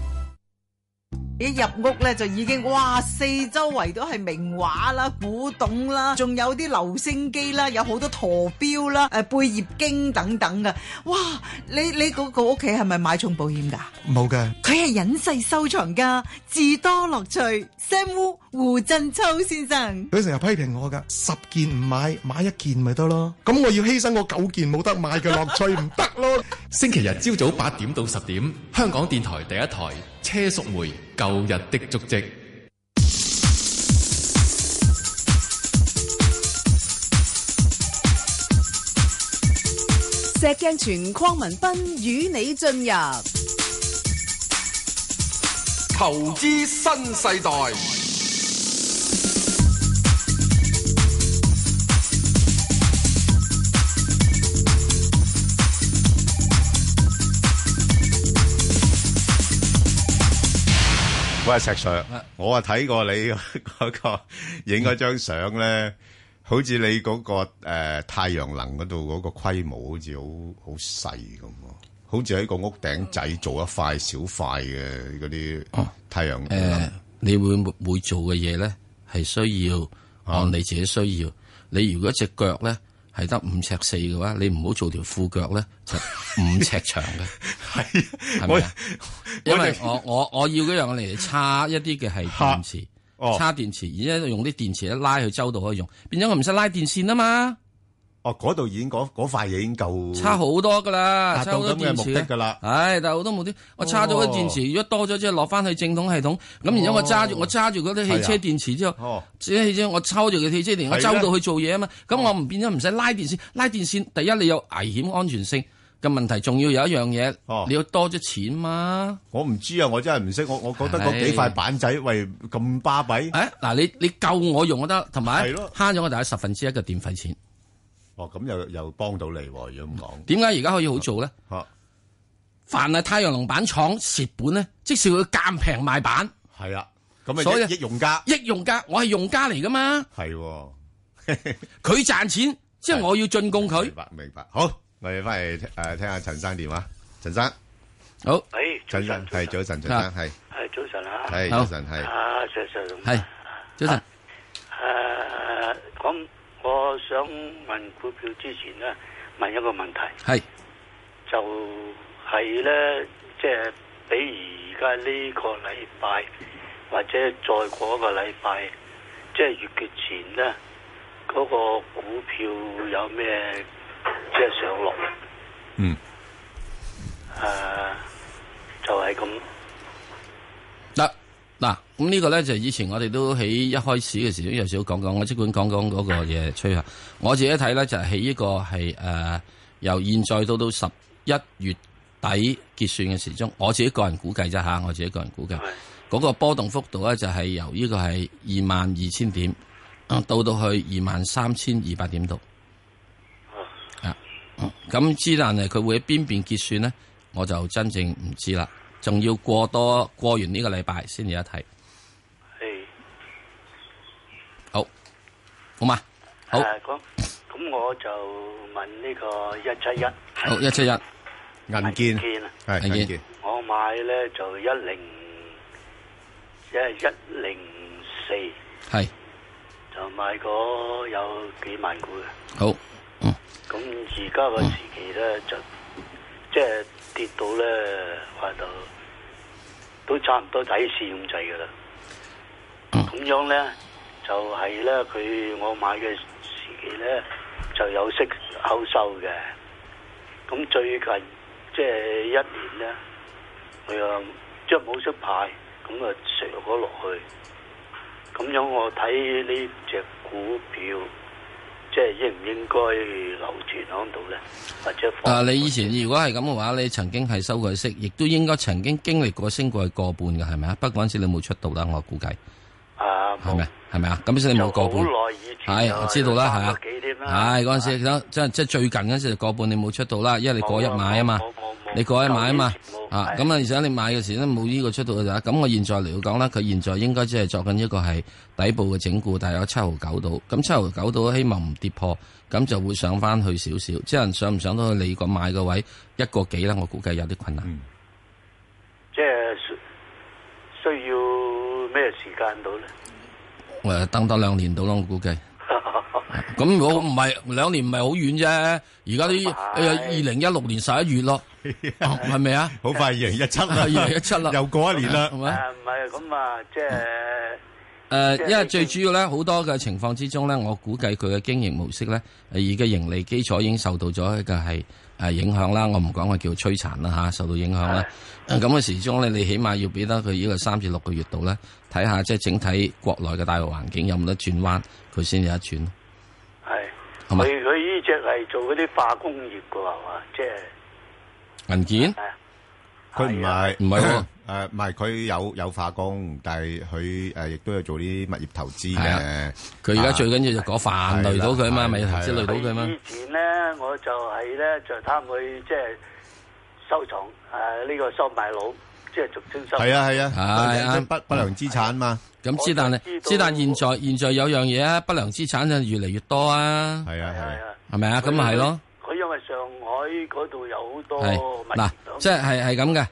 一入屋咧就已經哇，四周圍都係名畫啦、古董啦，仲有啲留聲機啦，有好多陀錶啦、誒貝葉經等等嘅。哇！你你嗰個屋企係咪買重保險㗎？冇嘅，佢係隱世收藏家，智多樂趣 Sam Wu 胡振秋先生。佢成日批評我噶，十件唔買，買一件咪得咯。咁我要犧牲我九件冇得買嘅樂趣，唔得咯。星期日朝早八點到十點，香港電台第一台車淑梅《舊日的足跡》。石鏡泉鄺民彬與你進入投資新世代，喂，石 Sir，我啊睇過你嗰個影嗰張相咧，好似你嗰個誒太陽能嗰度嗰個規模好似好好細咁喎，好似喺個屋頂仔做一塊小塊嘅嗰啲太陽能哦誒。你會會做嘅嘢咧係需要啊按你自己需要。你如果只腳咧係得五尺四嘅話，你唔好做條褲腳咧就五尺長 *laughs* 嘅。係咪啊？我因為我我我要嗰樣嚟插一啲嘅係電池，哦插電池，而家用啲電池一拉去周度可以用，變咗我唔使拉電線啊嘛，哦，嗰度已經嗰嗰塊嘢已經夠差好多噶啦，達差到好多咁嘅電目池啊的㗎啦。唉，但係好多冇啲，我插咗個電池，如果多咗之後落翻去正統系統，咁然之後我哦揸住我揸住嗰啲汽車電池之啊後，即係汽車我抽住佢汽車電池，我係咩周到去做嘢啊嘛，咁我唔變咗唔使拉電線，拉電線第一你有危險安全性嘅問題，仲要有一樣哦嘢，你要多咗錢嘛。我唔知啊，我真係唔識，我我覺得嗰幾塊板仔，喂咁巴閉。誒嗱，你你夠我用就得，同埋慳係咯咗我大概十分之一嘅電費錢。哦，咁又又幫到你喎，如果咁講。點解而家可以好做咧？凡係太陽能板廠蝕本咧，即使佢鑑平賣板，係啊，咁啊所以益益用家益用家，我係用家嚟噶嘛，係喎，佢賺錢，即係我要進貢佢。明白。好，我哋翻嚟誒聽下陳生電話。陳生，好。誒，陳生係早晨，陳生係哎係早晨啊，係早晨係啊石 Sir，係早晨。誒，啊咁我想問股票之前咧，問一個問題，係就係咧，即係比而家呢個禮拜或者再過一個禮拜，即係月結前咧，嗰、個股票有咩即係上落？嗯，誒、就係、咁。嗱嗱，咁呢個咧就以前我哋都喺一開始嘅時都有少少講講，我即管講講嗰個嘢吹下。我自己睇咧就係喺呢個係誒、呃由現在到到十一月底結算嘅時鐘，我自己個人估計啫吓，我自己個人估計嗰個波動幅度咧就係由呢個係二萬二千點啊到到去二萬三千二百點度。啊，咁之但係佢會喺邊邊結算呢？我就真正唔知啦，仲要過多過完呢個禮拜先至一睇。好，好嘛，好，誒咁咁我就問呢個一七一好一七一，銀建建啊，係銀建，我買咧就一零，即係一零四，係就買嗰有幾萬股嘅。好，咁而家個時期咧就即係跌到咧，話到都差唔多底線咁滯噶啦。嗯咁樣咧就係、呢，咧，佢我買嘅時期咧就有息口收嘅。咁最近即係一年咧，佢又即係冇息派，咁啊削咗落去。咁樣我睇呢只股票，即係應唔應該留存喺度咧，或者放？啊！你以前如果係咁嘅話，你曾經係收過息，亦都應該曾經經歷過升過去個半嘅，係咪啊？不過嗰陣時你冇出到啦，我估計啊，係咪？係咪啊？咁先你冇個半，好耐以前係我知道啦，係啊百幾添，啦係嗰陣時即係即係最近嗰陣時個半你冇出到啦，因為你過一買啊嘛冇冇冇，你過一買啊嘛，啊咁啊，而且你買嘅時咧冇呢個出到嘅咋，咁我現在嚟講啦，佢現在應該只係作緊一個係底部嘅整固，大約七毫九度，咁七毫九度希望唔跌破，咁就會上翻去少少，即係上唔上到去你個買嘅位一個幾啦，我估計有啲困難。即係需需要咩時間到咧？誒，等多兩年到咯，我估 *laughs* 計。咁如果唔係兩年唔係好遠啫，而家啲哎二零一六年十一月咯，啊 *laughs* 係咪啊？好快二零一七啦，二零一七啦， *laughs* 又過一年啦係咪？啊唔係咁啊，即係誒，因為最主要咧，好多嘅情況之中咧，我估計佢嘅經營模式咧，誒而嘅盈利基礎已經受到咗一個係誒影響啦。我唔講話叫摧殘啦嚇，受到影響啦。咁嘅時鐘咧，你起碼要俾得佢呢個三至六個月度咧，睇下即係整體國內嘅大陸環境有冇得轉彎，佢先有得轉咯。係嗯係咪佢佢呢只係做嗰啲化工業嘅係嘛？即係啊銀件佢唔係唔係喎誒，唔係佢有有化工，但係佢誒亦都有做啲物業投資係嘅啊。佢而家最緊要就嗰飯累到佢啊嘛，咪係啦投資累到佢嘛。以前咧，我就係咧就貪佢即係收藏誒呢個收買佬，即係俗稱收買佬。係啊係啊，係啊不不良資產嘛。咁之但係，之但現在現在有樣嘢啊，不良資產就越嚟越多啊。係啊係啊，係咪啊？咁咪係咯。佢因為上海嗰度有好多係物業嗱，即係係係咁嘅，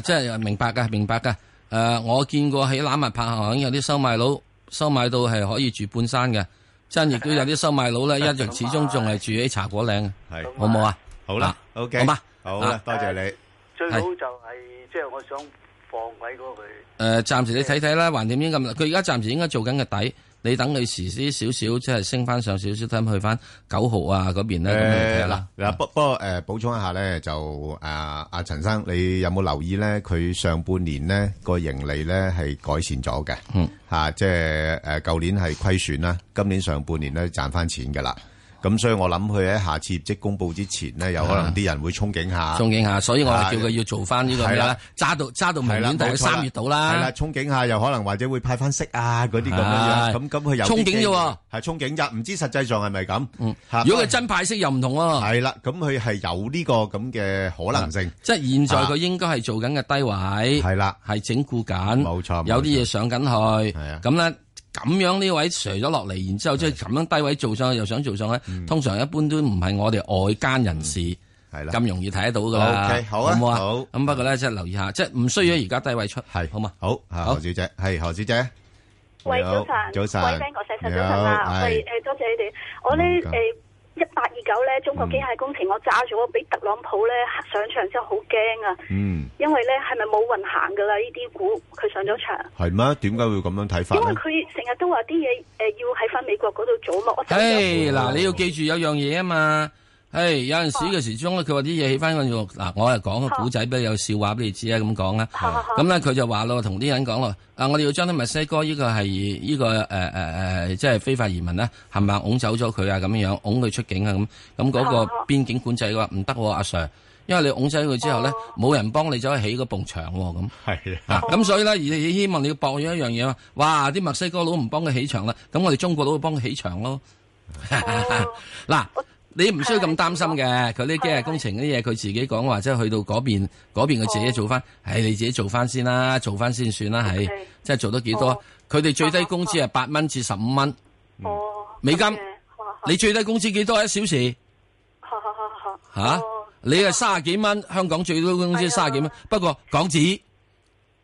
誒、即係明白嘅，明白嘅。誒、我見過喺攬物拍行有啲收買佬收買到係可以住半山嘅，真亦都有啲收買佬咧，一樣始終仲係住喺茶果嶺嘅，係好唔好啊？好啦啊，OK，好嘛，好啦啊，多謝你。最好係就係即係我想放鬼嗰佢。誒，呃暫時你睇睇啦，橫掂應咁啦。佢而家暫時應該做緊嘅底，你等佢時時少少，即係升翻上少少，睇去翻九號啊嗰邊咧，咁樣睇誒啦嗱。嗱，不不過誒補充一下咧，就誒阿陳生，你有冇留意咧？佢上半年咧個盈利咧係改善咗嘅，嗯嚇，即係誒舊年係虧損啦，今年上半年咧賺翻錢㗎啦。咁所以我諗佢喺下次業績公佈之前咧，有可能啲人會憧憬下，憧憬下，所以我哋叫佢啊要做翻呢個咩係啦啦，揸到揸到明係啦年大概冇錯啦三月度啦。係啦，憧憬下又可能或者會派翻息啊嗰啲咁樣樣，係咁咁佢有啲憧憬啫喎機會，係憧憬咋，唔知實際上係咪咁？嗯，如果佢真派息又唔同喎。係啦，咁佢係有呢個咁嘅可能性。即係現在佢應該係做緊嘅低位，啊係啦，係整固緊，冇錯有啲嘢上緊去，啊咁咧。咁樣呢位除咗落嚟，然之後即係咁樣低位做上去，又想做上嗯去，通常一般都唔係我哋外間人士啦咁容易睇得到噶啦。 OK，好啊唔好咁不過咧，即係留意下，即係唔需要而家低位出，係好嘛？好，啊何小姐，係何小姐，喂，你好早晨，早晨，喂 b a n 哥，石石你早晨好啊，係喂，誒，多謝你哋，我咧唔該誒。一八二九咧，中國機械工程我揸咗，俾特朗普咧上場之後好驚啊！嗯，因為咧係咪冇運行噶啦？呢啲股佢上咗場，係咩？點解會咁樣睇法因為咧？佢成日都話啲嘢誒要喺翻美國嗰度做嘛。我走咗誒嗱，你要記住有樣嘢啊哦嘛。誒有陣時嘅時鐘咧，佢話啲嘢起翻個肉嗱，我係講個古仔俾你，有笑話俾你知啊，咁講啦。好好好咁咧佢就話咯，同啲人講咯，啊我哋要將啲墨西哥呢個係呢個誒誒誒，即係非法移民咧，係咪拱走咗佢啊？咁樣樣拱佢出境啊咁，咁好嗰好個好邊境管制嘅話唔得喎，阿 Sir，因為你拱走佢之後咧，哦冇人幫你走去起嗰埲牆喎咁。係啊，咁所以咧，而你希望你要博咗一樣嘢啊！哇，啲墨西哥佬唔幫佢起牆啦，咁我哋中國佬會幫佢起牆咯。 *laughs* 嗯哦嗱，你唔需要咁擔心嘅，佢呢幾日工程啲嘢，佢自己講話，即係去到嗰邊，嗰邊佢自己做翻，唉，你自己做翻先啦，做翻先算啦，係，即係做得幾多？佢哋最低工資係八蚊至十五蚊哦美金，你最低工資幾多啊一小時？啊好啊好好哦好，吓，你係卅幾蚊，香港最高工資啊卅幾蚊，不過港紙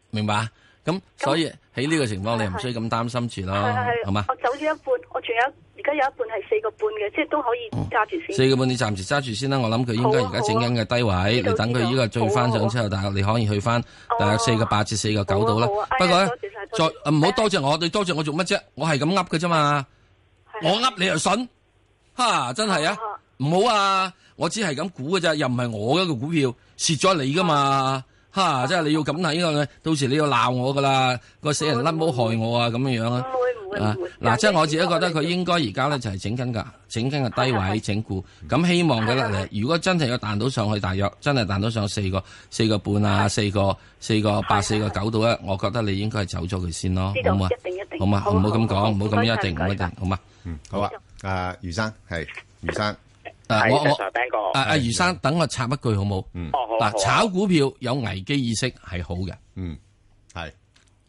明白啊？咁所以喺呢個情況，你唔需要咁擔心住咯係係，哦好嘛？我走咗一半，我仲有而家有一半係四個半嘅，即係都可以揸住先。哦四個半你暫時揸住先啦，我諗佢應該而家整緊嘅低啊位，你等佢依個追翻上之後，但係你可以去翻啊大約四個八至四個九度啦。不哎過咧，再啊唔好多謝我，你多謝我做乜啫？我係咁噏嘅啫嘛，我噏你又信，哈真係啊！哦唔好啊，我只係咁估嘅咋，又唔係我嘅個股票蝕咗你噶嘛，哦哈！即係你要咁睇呢個，到時你要鬧我噶啦，個死人甩冇害我啊咁樣樣啊！哦啊！嗱，即係我自己覺得佢應該而家咧就係整緊㗎，整緊個低位整固。咁希望佢咧，如果真係要彈到上去，大約真係彈到上四個四個半啊，四個四個八四個九度咧，我覺得你應該係走咗佢先咯，知好道嘛一定一？定好嘛？好唔好咁好好講，唔好唔咁該一晒定，唔唔好該一定，好嘛？嗯，好啊，阿余生係余生，啊，我我第一哦個啊啊，余生，等我插一句好冇？嗯哦好啊好嗱，啊炒股票有危機意識係好嘅，嗯，係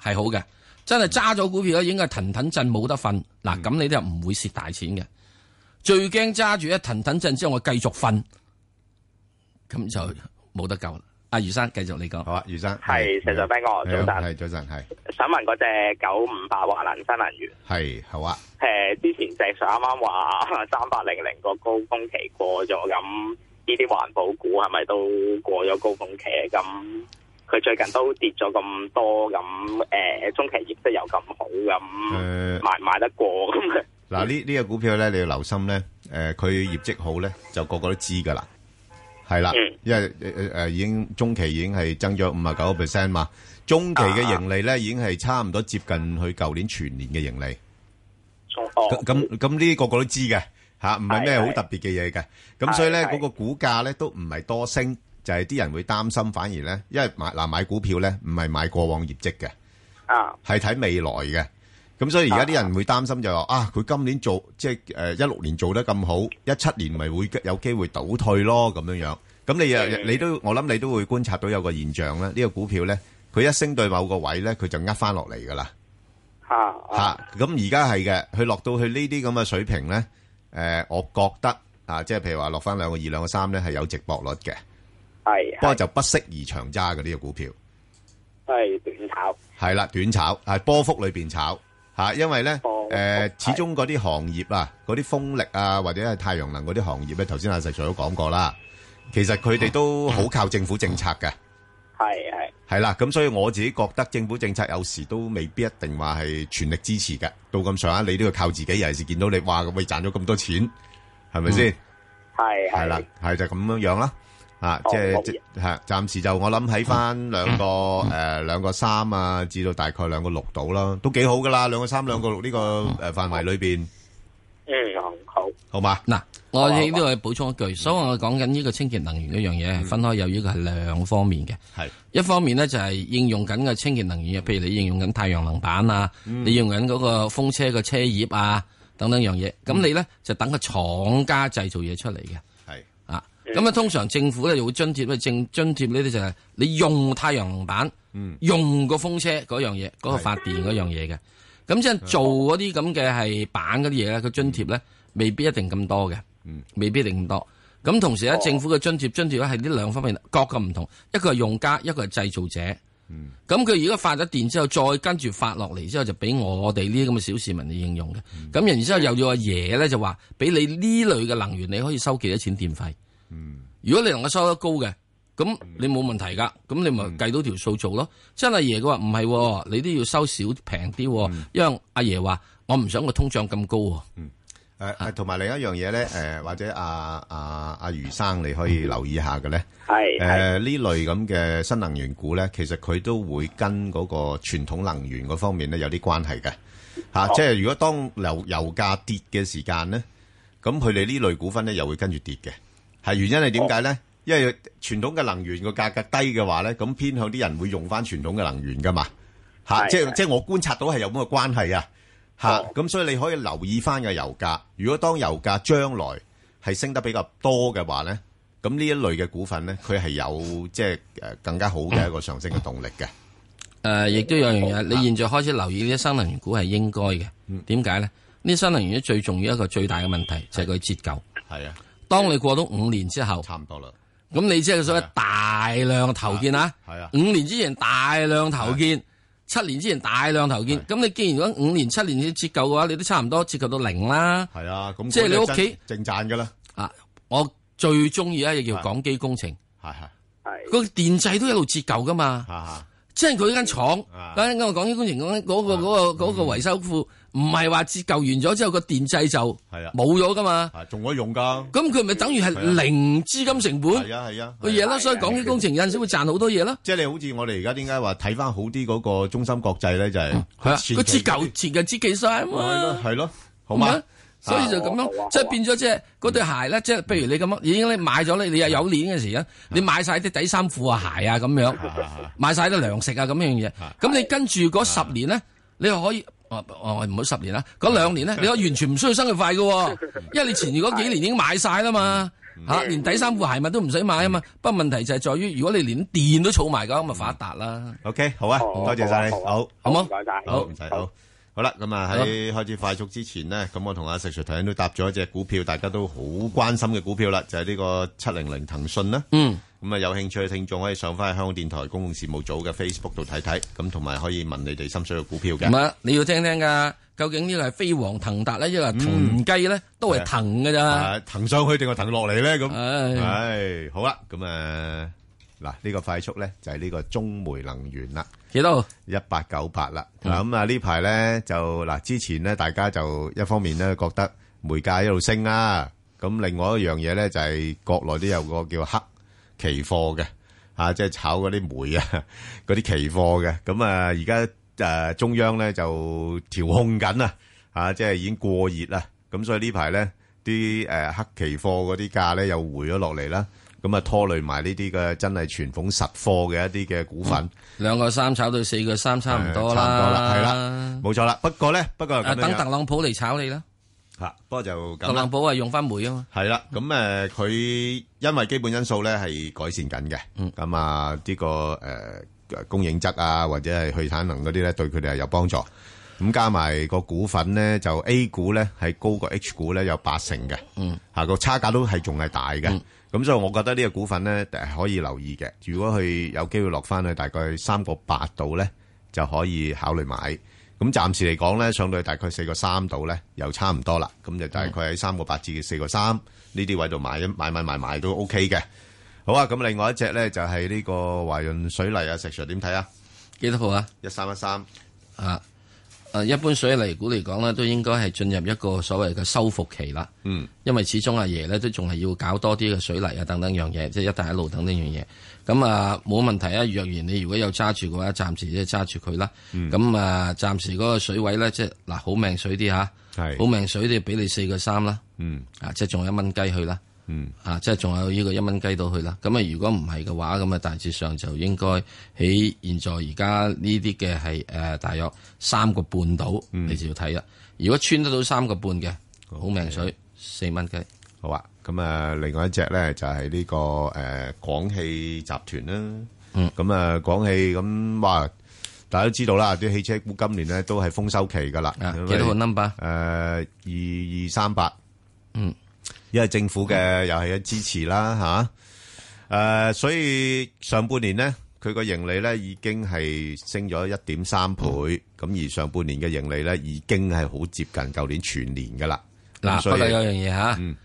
係好嘅，真係揸咗股票咧，應該騰騰震冇得瞓。嗱，咁你就唔會蝕大錢嘅。最驚揸住一騰騰震之後，我繼續瞓，咁就冇得救啦。阿余生繼續你講，好啊，余生係石 Sir 彬哥，早晨。係早晨，係想問嗰隻九五八華能新能源，係好啊，誒之前石 Sir 啱啱話 *laughs* 三八零零個高峰期過咗，咁呢啲環保股係咪都過咗高峰期？咁佢最近都跌咗咁多，咁誒、中期業績又咁好，咁誒買唔買得過咁啊？嗱呢呢個股票咧，你要留心咧，誒佢業績好咧，就個個都知㗎啦，係啦嗯，因為誒誒已經中期已經係增咗五啊九個 percent 嘛，中期嘅盈利咧已經係差唔多接近佢舊年全年嘅盈利。咁咁咁呢啲個個都知嘅吓，唔哦係咩好特別嘅嘢嘅。咁所以咧，嗰個股價咧都唔係多升，就係啲人會擔心，反而咧，因為買嗱買股票咧唔係買過往業績嘅，啊，係睇未來嘅。咁所以而家啲人會擔心就話啊，佢今年做即係誒一六年做得咁好，一七年咪會有機會倒退咯咁樣樣。咁你又你都我諗你都會觀察到有個現象咧，呢個股票咧，佢一升對某個位咧，佢就呃翻落嚟噶啦。嚇吓，咁而家係嘅，佢落到去呢啲咁嘅水平咧，诶、我覺得啊，即係譬如話落翻兩個二、兩個三咧，係有直播率嘅，係不過就不適宜長揸嘅呢個股票，都係短炒。係啦，短炒，係波幅裏边炒吓、因為咧诶、始終嗰啲行業啊，嗰啲風力啊，或者係太陽能嗰啲行業啊咧，頭先阿石 Sir 都講過啦，其實佢哋都好靠政府政策嘅。係係系啦，咁所以我自己覺得政府政策有時都未必一定話係全力支持嘅，到咁上下你都要靠自己，尤其是見到你哇喂賺咗咁多錢，係咪先？係係啦，係就咁樣樣啦，啊，即係即係暫時就我諗喺翻兩 *laughs* 個誒兩個三啊，至到大概兩個六度啦，都幾好噶啦，兩個三兩個六呢個誒範圍裏邊，嗯，好，好嘛？嗱，我喺呢度補充一句，所以我講緊呢個清潔能源呢樣嘢係分開有呢個係兩方面嘅。係一方面呢，就係應用緊嘅清潔能源嘅，譬如你應用緊太陽能板啊，嗯你用緊嗰個風車嘅車葉啊等等樣嘢，咁你呢，就等個廠家製造嘢出嚟嘅。係啊，咁啊通常政府咧就會津貼咧，政津貼呢啲就係你用太陽能板，嗯用個風車嗰樣嘢，嗰、個發電嗰樣嘢嘅。咁即係做嗰啲咁嘅係板嗰啲嘢咧，佢津貼咧未必一定咁多嘅，未必一定咁多。咁同時咧，政府嘅津貼津貼咧係呢兩方面各個唔同，一個係用家，一個係製造者。咁佢而家發咗電之後，再跟住發落嚟之後，就俾我哋呢啲咁嘅小市民去應用嘅。咁然之後又要阿爺咧就話，俾你呢類嘅能源，你可以收幾多錢電費？如果你能夠收得高嘅，咁你冇問題噶，咁你咪計到條數做咯。真係阿爺佢話唔係喎，你都要收少平啲喎，因為阿爺話我唔想個通脹咁高喎。誒誒，同埋另一樣嘢咧，誒或者阿阿阿余生你可以留意下嘅咧，係誒呃呢類咁嘅新能源股咧，其實佢都會跟嗰個傳統能源嗰方面咧有啲關係嘅嚇，即係如果當油油價跌嘅時間咧，咁佢哋呢類股份咧又會跟住跌嘅，係原因係點解咧？因為傳統嘅能源個價格低嘅話咧，咁偏向啲人會用翻傳統嘅能源噶嘛嚇，係即係係即係我觀察到係有咁嘅關係啊。吓，哦咁所以你可以留意翻嘅油價。如果當油價將來係升得比較多嘅話咧，咁呢一類嘅股份咧，佢係有即係誒更加好嗯嘅一個上升嘅動力嘅。誒，亦都有樣嘢，你現在開始留意呢啲新能源股係應該嘅。點解咧？呢啲新能源最重要一個最大嘅問題就係佢折舊。係啊，當你過到五年之後，差唔多啦。咁你即係所謂大量投建啊，係啊五年之前大量投建，七年之前大量投建，咁你既然講五年七年要折舊嘅話，你都差唔多折舊到零啦。係啊，咁即係你屋嗰啲企淨賺㗎啦。啊，我最中意一嘢叫啊港機工程，係係係，個電掣都一路折舊噶嘛。即係佢間廠，啊嗰間我港機工程嗰間嗰個嗯嗰個嗰個維修庫，唔係話折舊完咗之後個電掣就係啊冇咗噶嘛。仲可以用㗎。咁佢咪等於係零資金成本？啊係啊係啊，個嗯嘢啦，所以港機工程有陣時會賺好多嘢啦。即係你好似我哋而家點解話睇翻好啲嗰個中心國際咧，就係嗯啊啊佢折舊前嘅折幾晒啊嘛，係咯，好嘛啊係咪？所以就咁樣，即係變咗即係嗰對鞋咧，即係譬如你咁樣，已經你買咗咧，你又有年嘅時咧，你買晒啲底衫褲啊、鞋啊咁樣，買晒啲糧食啊咁樣嘢，咁你跟住嗰十年咧，你又可以。哦哦，唔好十年啦，嗰兩年咧，你可以完全唔需要生活費嘅 *laughs* 喎，因為你前嗰幾年已經買晒啦嘛，嚇、連底衫褲鞋襪都唔使買啊嘛。不過問題就係在於，如果你連電都儲埋嘅，咁咪發達啦。 OK，好啊，多謝晒你，好，哦好冇？好，唔使好。好啦，咁啊喺開始快速之前呢，咁我同阿石 Sir 頭先都答咗一隻股票，大家都好關心嘅股票啦，就係呢個七零零騰訊啦。嗯。咁啊，有興趣嘅聽眾可以上翻去香港電台公共事務組嘅 Facebook 度睇睇，咁同埋可以問你哋心水嘅股票嘅。唔係，啊你要聽聽噶，究竟呢個係飛黃騰達咧，一個係騰雞咧，都係騰嘅咋。騰上去定係騰落嚟咧？咁，唉唉，好啦，咁誒，嗱呢個快速咧就係呢個中煤能源啦，幾多？一八九八啦。嗱咁啊呢排咧就嗱之前咧大家就一方面咧覺得煤價一路升啦，咁另外一樣嘢咧就係國內都有個叫黑期貨嘅，啊即係炒嗰啲煤啊嗰啲期貨嘅，咁啊而家誒中央咧就調控緊啊，啊即係已經過熱啦，咁所以呢排咧。啲誒黑期貨嗰啲價咧又回咗落嚟啦，咁啊拖累埋呢啲嘅真係傳統實貨嘅一啲嘅股 *laughs* 份，兩個三炒到四個三差唔多差唔多啦啦，，係啦，冇錯啦。不過咧，不過啊。咁等特樣朗普嚟炒你啦，嚇，不過就咁特啦朗。普係用翻煤啊嘛。係啦，咁誒佢因為基本因素咧係改善緊嘅，咁啊呢個誒供應側啊或者係去產能嗰啲咧對佢哋係有幫助。咁加埋個股份咧就 A 股咧係高過 H 股咧有八成嘅，嗯嚇個差價都係仲係大嘅。咁所以我覺得呢個股份咧誒可以留意嘅。如果佢有機會落翻去大概三個八度咧，就可以考慮買。咁暫時嚟講咧，上到去大概四個三度咧，又差唔多啦。咁就大概喺三個八至四個三呢啲位度買一買買買買都 OK 嘅。好啊，咁另外一隻咧就係呢個華潤水泥啊，石 Sir 點睇啊？幾多號啊？一三一三啊！誒，一般水泥股嚟講咧，都應該係進入一個所謂嘅修復期啦。嗯，因為始終阿爺咧都仲係要搞多啲嘅水泥啊等等樣嘢，即係一帶一路等等樣嘢。咁啊冇問題啊，若然你如果有揸住嘅話，暫時即係揸住佢啦。嗯咁、啊，暫時嗰個水位咧，即係嗱好命水啲吓，係好命水啲俾你四個三啦。嗯，啊，即係仲有一蚊雞去啦。嗯，啊，即係仲有呢個一蚊雞到去啦。咁啊，如果唔係嘅話，咁啊大致上就應該喺現在而家呢啲嘅係誒大約三個半到，嗯你就要睇啦。如果穿得到三個半嘅，好命水四蚊雞。好啊，咁啊，另外一隻咧就係呢個誒廣汽集團啦。嗯，咁啊廣汽咁哇，大家都知道啦，啲汽車股今年咧都係豐收期噶啦。啊幾多個 number？誒，呃二二三八。嗯，因為政府嘅又係嘅支持啦吓。誒、所以上半年呢，佢個盈利呢已經係升咗一點三倍，咁、嗯而上半年嘅盈利呢已經係好接近舊年全年噶啦。嗱，咁不所以嗯過有樣嘢嚇，誒、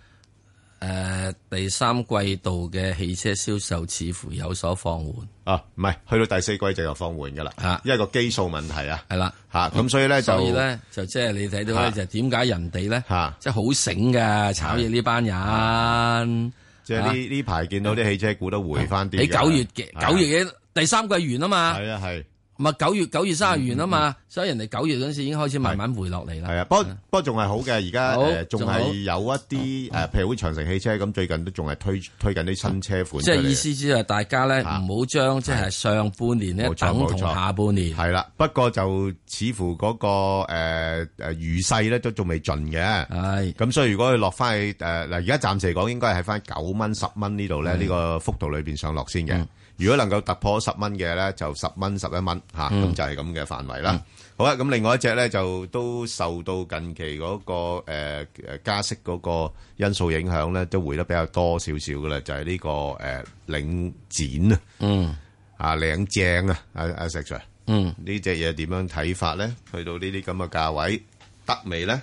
第三季度嘅汽車銷售似乎有所放緩。啊，唔係去到第四季就又放緩噶啦，因為個基數問題啊，係啦，嚇咁所以咧就啊所以咧就即係你睇到咧啊就點解人哋咧即係好醒㗎炒嘢呢班人，即係呢呢排見到啲汽車股都回翻啲你㗎啦。啊九月嘅係九月嘅第三季完啊嘛，係啊係，咪九月九月三十完啊嘛，所以人哋九月嗰陣時已經開始慢慢回落嚟啦。係啊，不過不過仲係好嘅，而家好誒仲仲好係有一啲誒，譬如好似長城汽車咁，最近都仲係推推緊啲新車款出即嚟嘅。係意思即係大家咧唔好將即係上半年咧冇錯等冇同錯下半年。係啦，不過就似乎嗰、個誒誒餘勢咧都仲未盡嘅。係咁，所以如果佢落翻去誒嗱，而家暫時嚟講應該係喺翻九蚊、十蚊呢度咧，呢個幅度裏邊上落先嘅。如果能夠突破十蚊嘅咧，就十蚊、十一蚊嚇，咁嗯就係咁嘅範圍啦。好啦，咁另外一隻咧就都受到近期嗰個誒誒加息嗰個因素影響咧，都回得比較多少少嘅啦，就係呢個誒領展啊，嗯，啊領正啊，阿阿石 Sir。嗯，呢只嘢點樣睇法咧？去到呢啲咁嘅價位得未咧？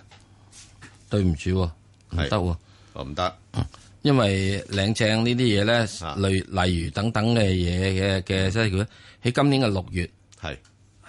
對唔住喎，唔得喎，我唔得，因為領正呢啲嘢咧，例例如等等嘅嘢嘅嗯嘅，即係佢喺今年嘅六月係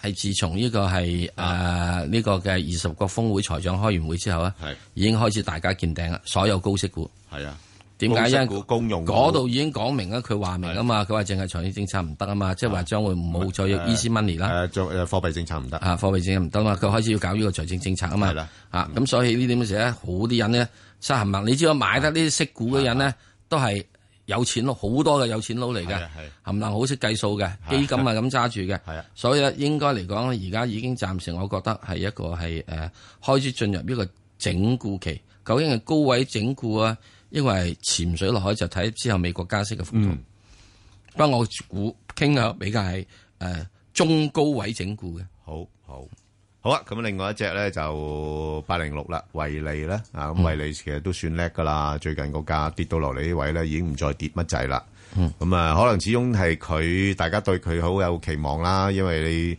係自從呢個係誒呢個嘅二十國峰會財長開完會之後咧，啊已經開始大家見頂啦，所有高息股係啊。點解？因為高息股公用股嗰度已經講明啦，佢話明啊嘛，佢話淨係財政政策唔得啊嘛，即係話將會冇再要 easy money 啦。誒，啊做誒貨幣政策唔得啊，貨幣政策唔得嘛，佢開始要搞呢個財政政策啊嘛。係啦，啊咁所以呢點嘅時咧，好啲人咧，沙行文，你知道買得呢啲息股嘅人咧，都係有錢佬，好多嘅有錢佬嚟嘅，啊冚唪唥好識計數嘅，基金啊咁揸住嘅。係啊，所以咧應該嚟講咧，而家已經暫時我覺得係一個係誒開始進入一個整固期，究竟係高位整固啊，抑或係潛水落海就睇之後美國加息嘅幅度。不過我估傾向比較係誒、呃中高位整固嘅。好好好啊！咁另外一隻咧就八零六啦，惠利啦，啊嗯咁惠利其實都算叻噶啦，最近個價跌到落嚟呢位咧，已經唔再跌乜滯啦。嗯咁啊，可能始終係佢大家對佢好有期望啦，因為你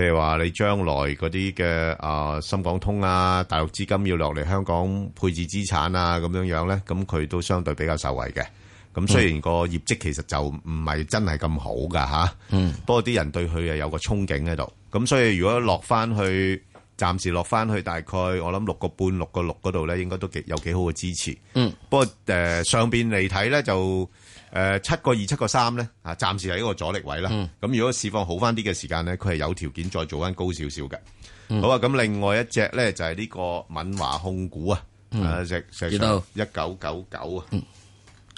譬如話你將來嗰啲嘅啊深港通啊，大陸資金要落嚟香港配置資產啊咁樣樣咧，咁佢都相對比較受惠嘅。嗯咁雖然個業績其實就唔係真係咁好噶吓。嗯不過啲人對佢係有個憧憬喺度，咁所以如果落翻去，暫時落翻去大概我諗六個半、六個六嗰度咧，應該都幾有幾好嘅支持。嗯，不過誒、呃上邊嚟睇咧就誒七個二、七個三咧啊，暫時係一個阻力位啦。嗯咁、如果市況好翻啲嘅時間咧，佢係有條件再做翻高少少嘅。嗯好啊，咁另外一隻咧就係、呢個敏華控股啊，嗯啊隻隻知一道九九九啊。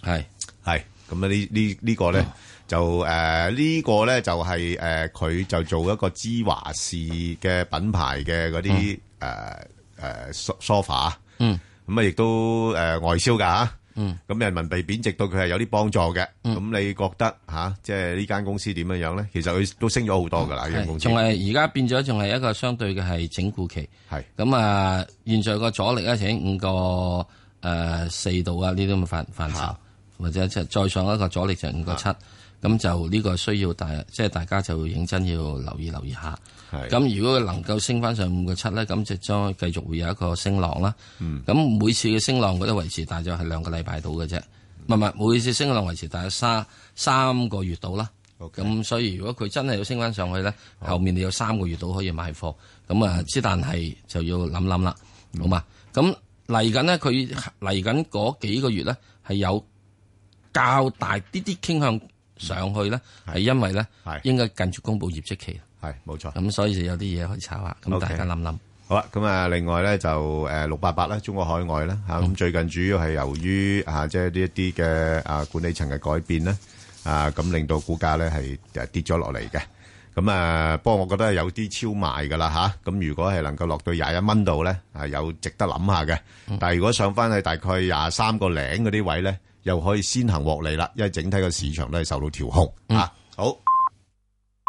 係係咁啊！呢呢呢個咧就誒呢個咧就係誒佢就做一個芝華士嘅品牌嘅嗰啲誒誒梳 sofa，嗯咁啊亦都誒外銷㗎嚇。嗯咁人民幣貶值對佢係有啲幫助嘅，嗯咁你覺得嚇，即係呢間公司點樣樣咧？其實佢都升咗好多㗎啦，呢間公係司仲。係而家變咗，仲係一個相對嘅係整固期。係咁啊，現在個阻力咧，請五個誒四度啊，呢啲咁嘅範範疇，或者即係再上一個阻力就五個七。啊咁就呢個需要大，即係大家就認真要留意留意下。係咁如果佢能夠升翻上五個七咧，咁就將繼續會有一個升浪啦。嗯咁每次嘅升浪，我覺得維持大約係兩個禮拜到嘅啫，唔係唔係，每次升浪維持大約三三個月到啦。 OK 咁所以如果佢真係要升翻上去咧，後面你有三個月到可以買貨。咁啊，之但係就要諗諗啦，好嘛？咁嚟緊咧，佢嚟緊嗰幾個月咧係有較大啲啲傾向上去咧，係啊因為咧應該近住公佈業績期。係冇錯。咁所以就有啲嘢可以炒下，咁 OK 大家諗諗。好啦，咁啊，另外咧就誒六八八啦，中國海外啦嚇，咁、最近主要係由於啊，即係呢一啲嘅啊管理層嘅改變啦，啊咁令到股價咧係誒跌咗落嚟嘅。咁啊，不過我覺得有啲超賣噶啦吓，咁、如果係能夠落到廿一蚊度咧，係有值得諗下嘅。但係如果上翻去大概廿三個零嗰啲位咧，又可以先行獲利啦，因為整體個市場都係受到調控、啊。好，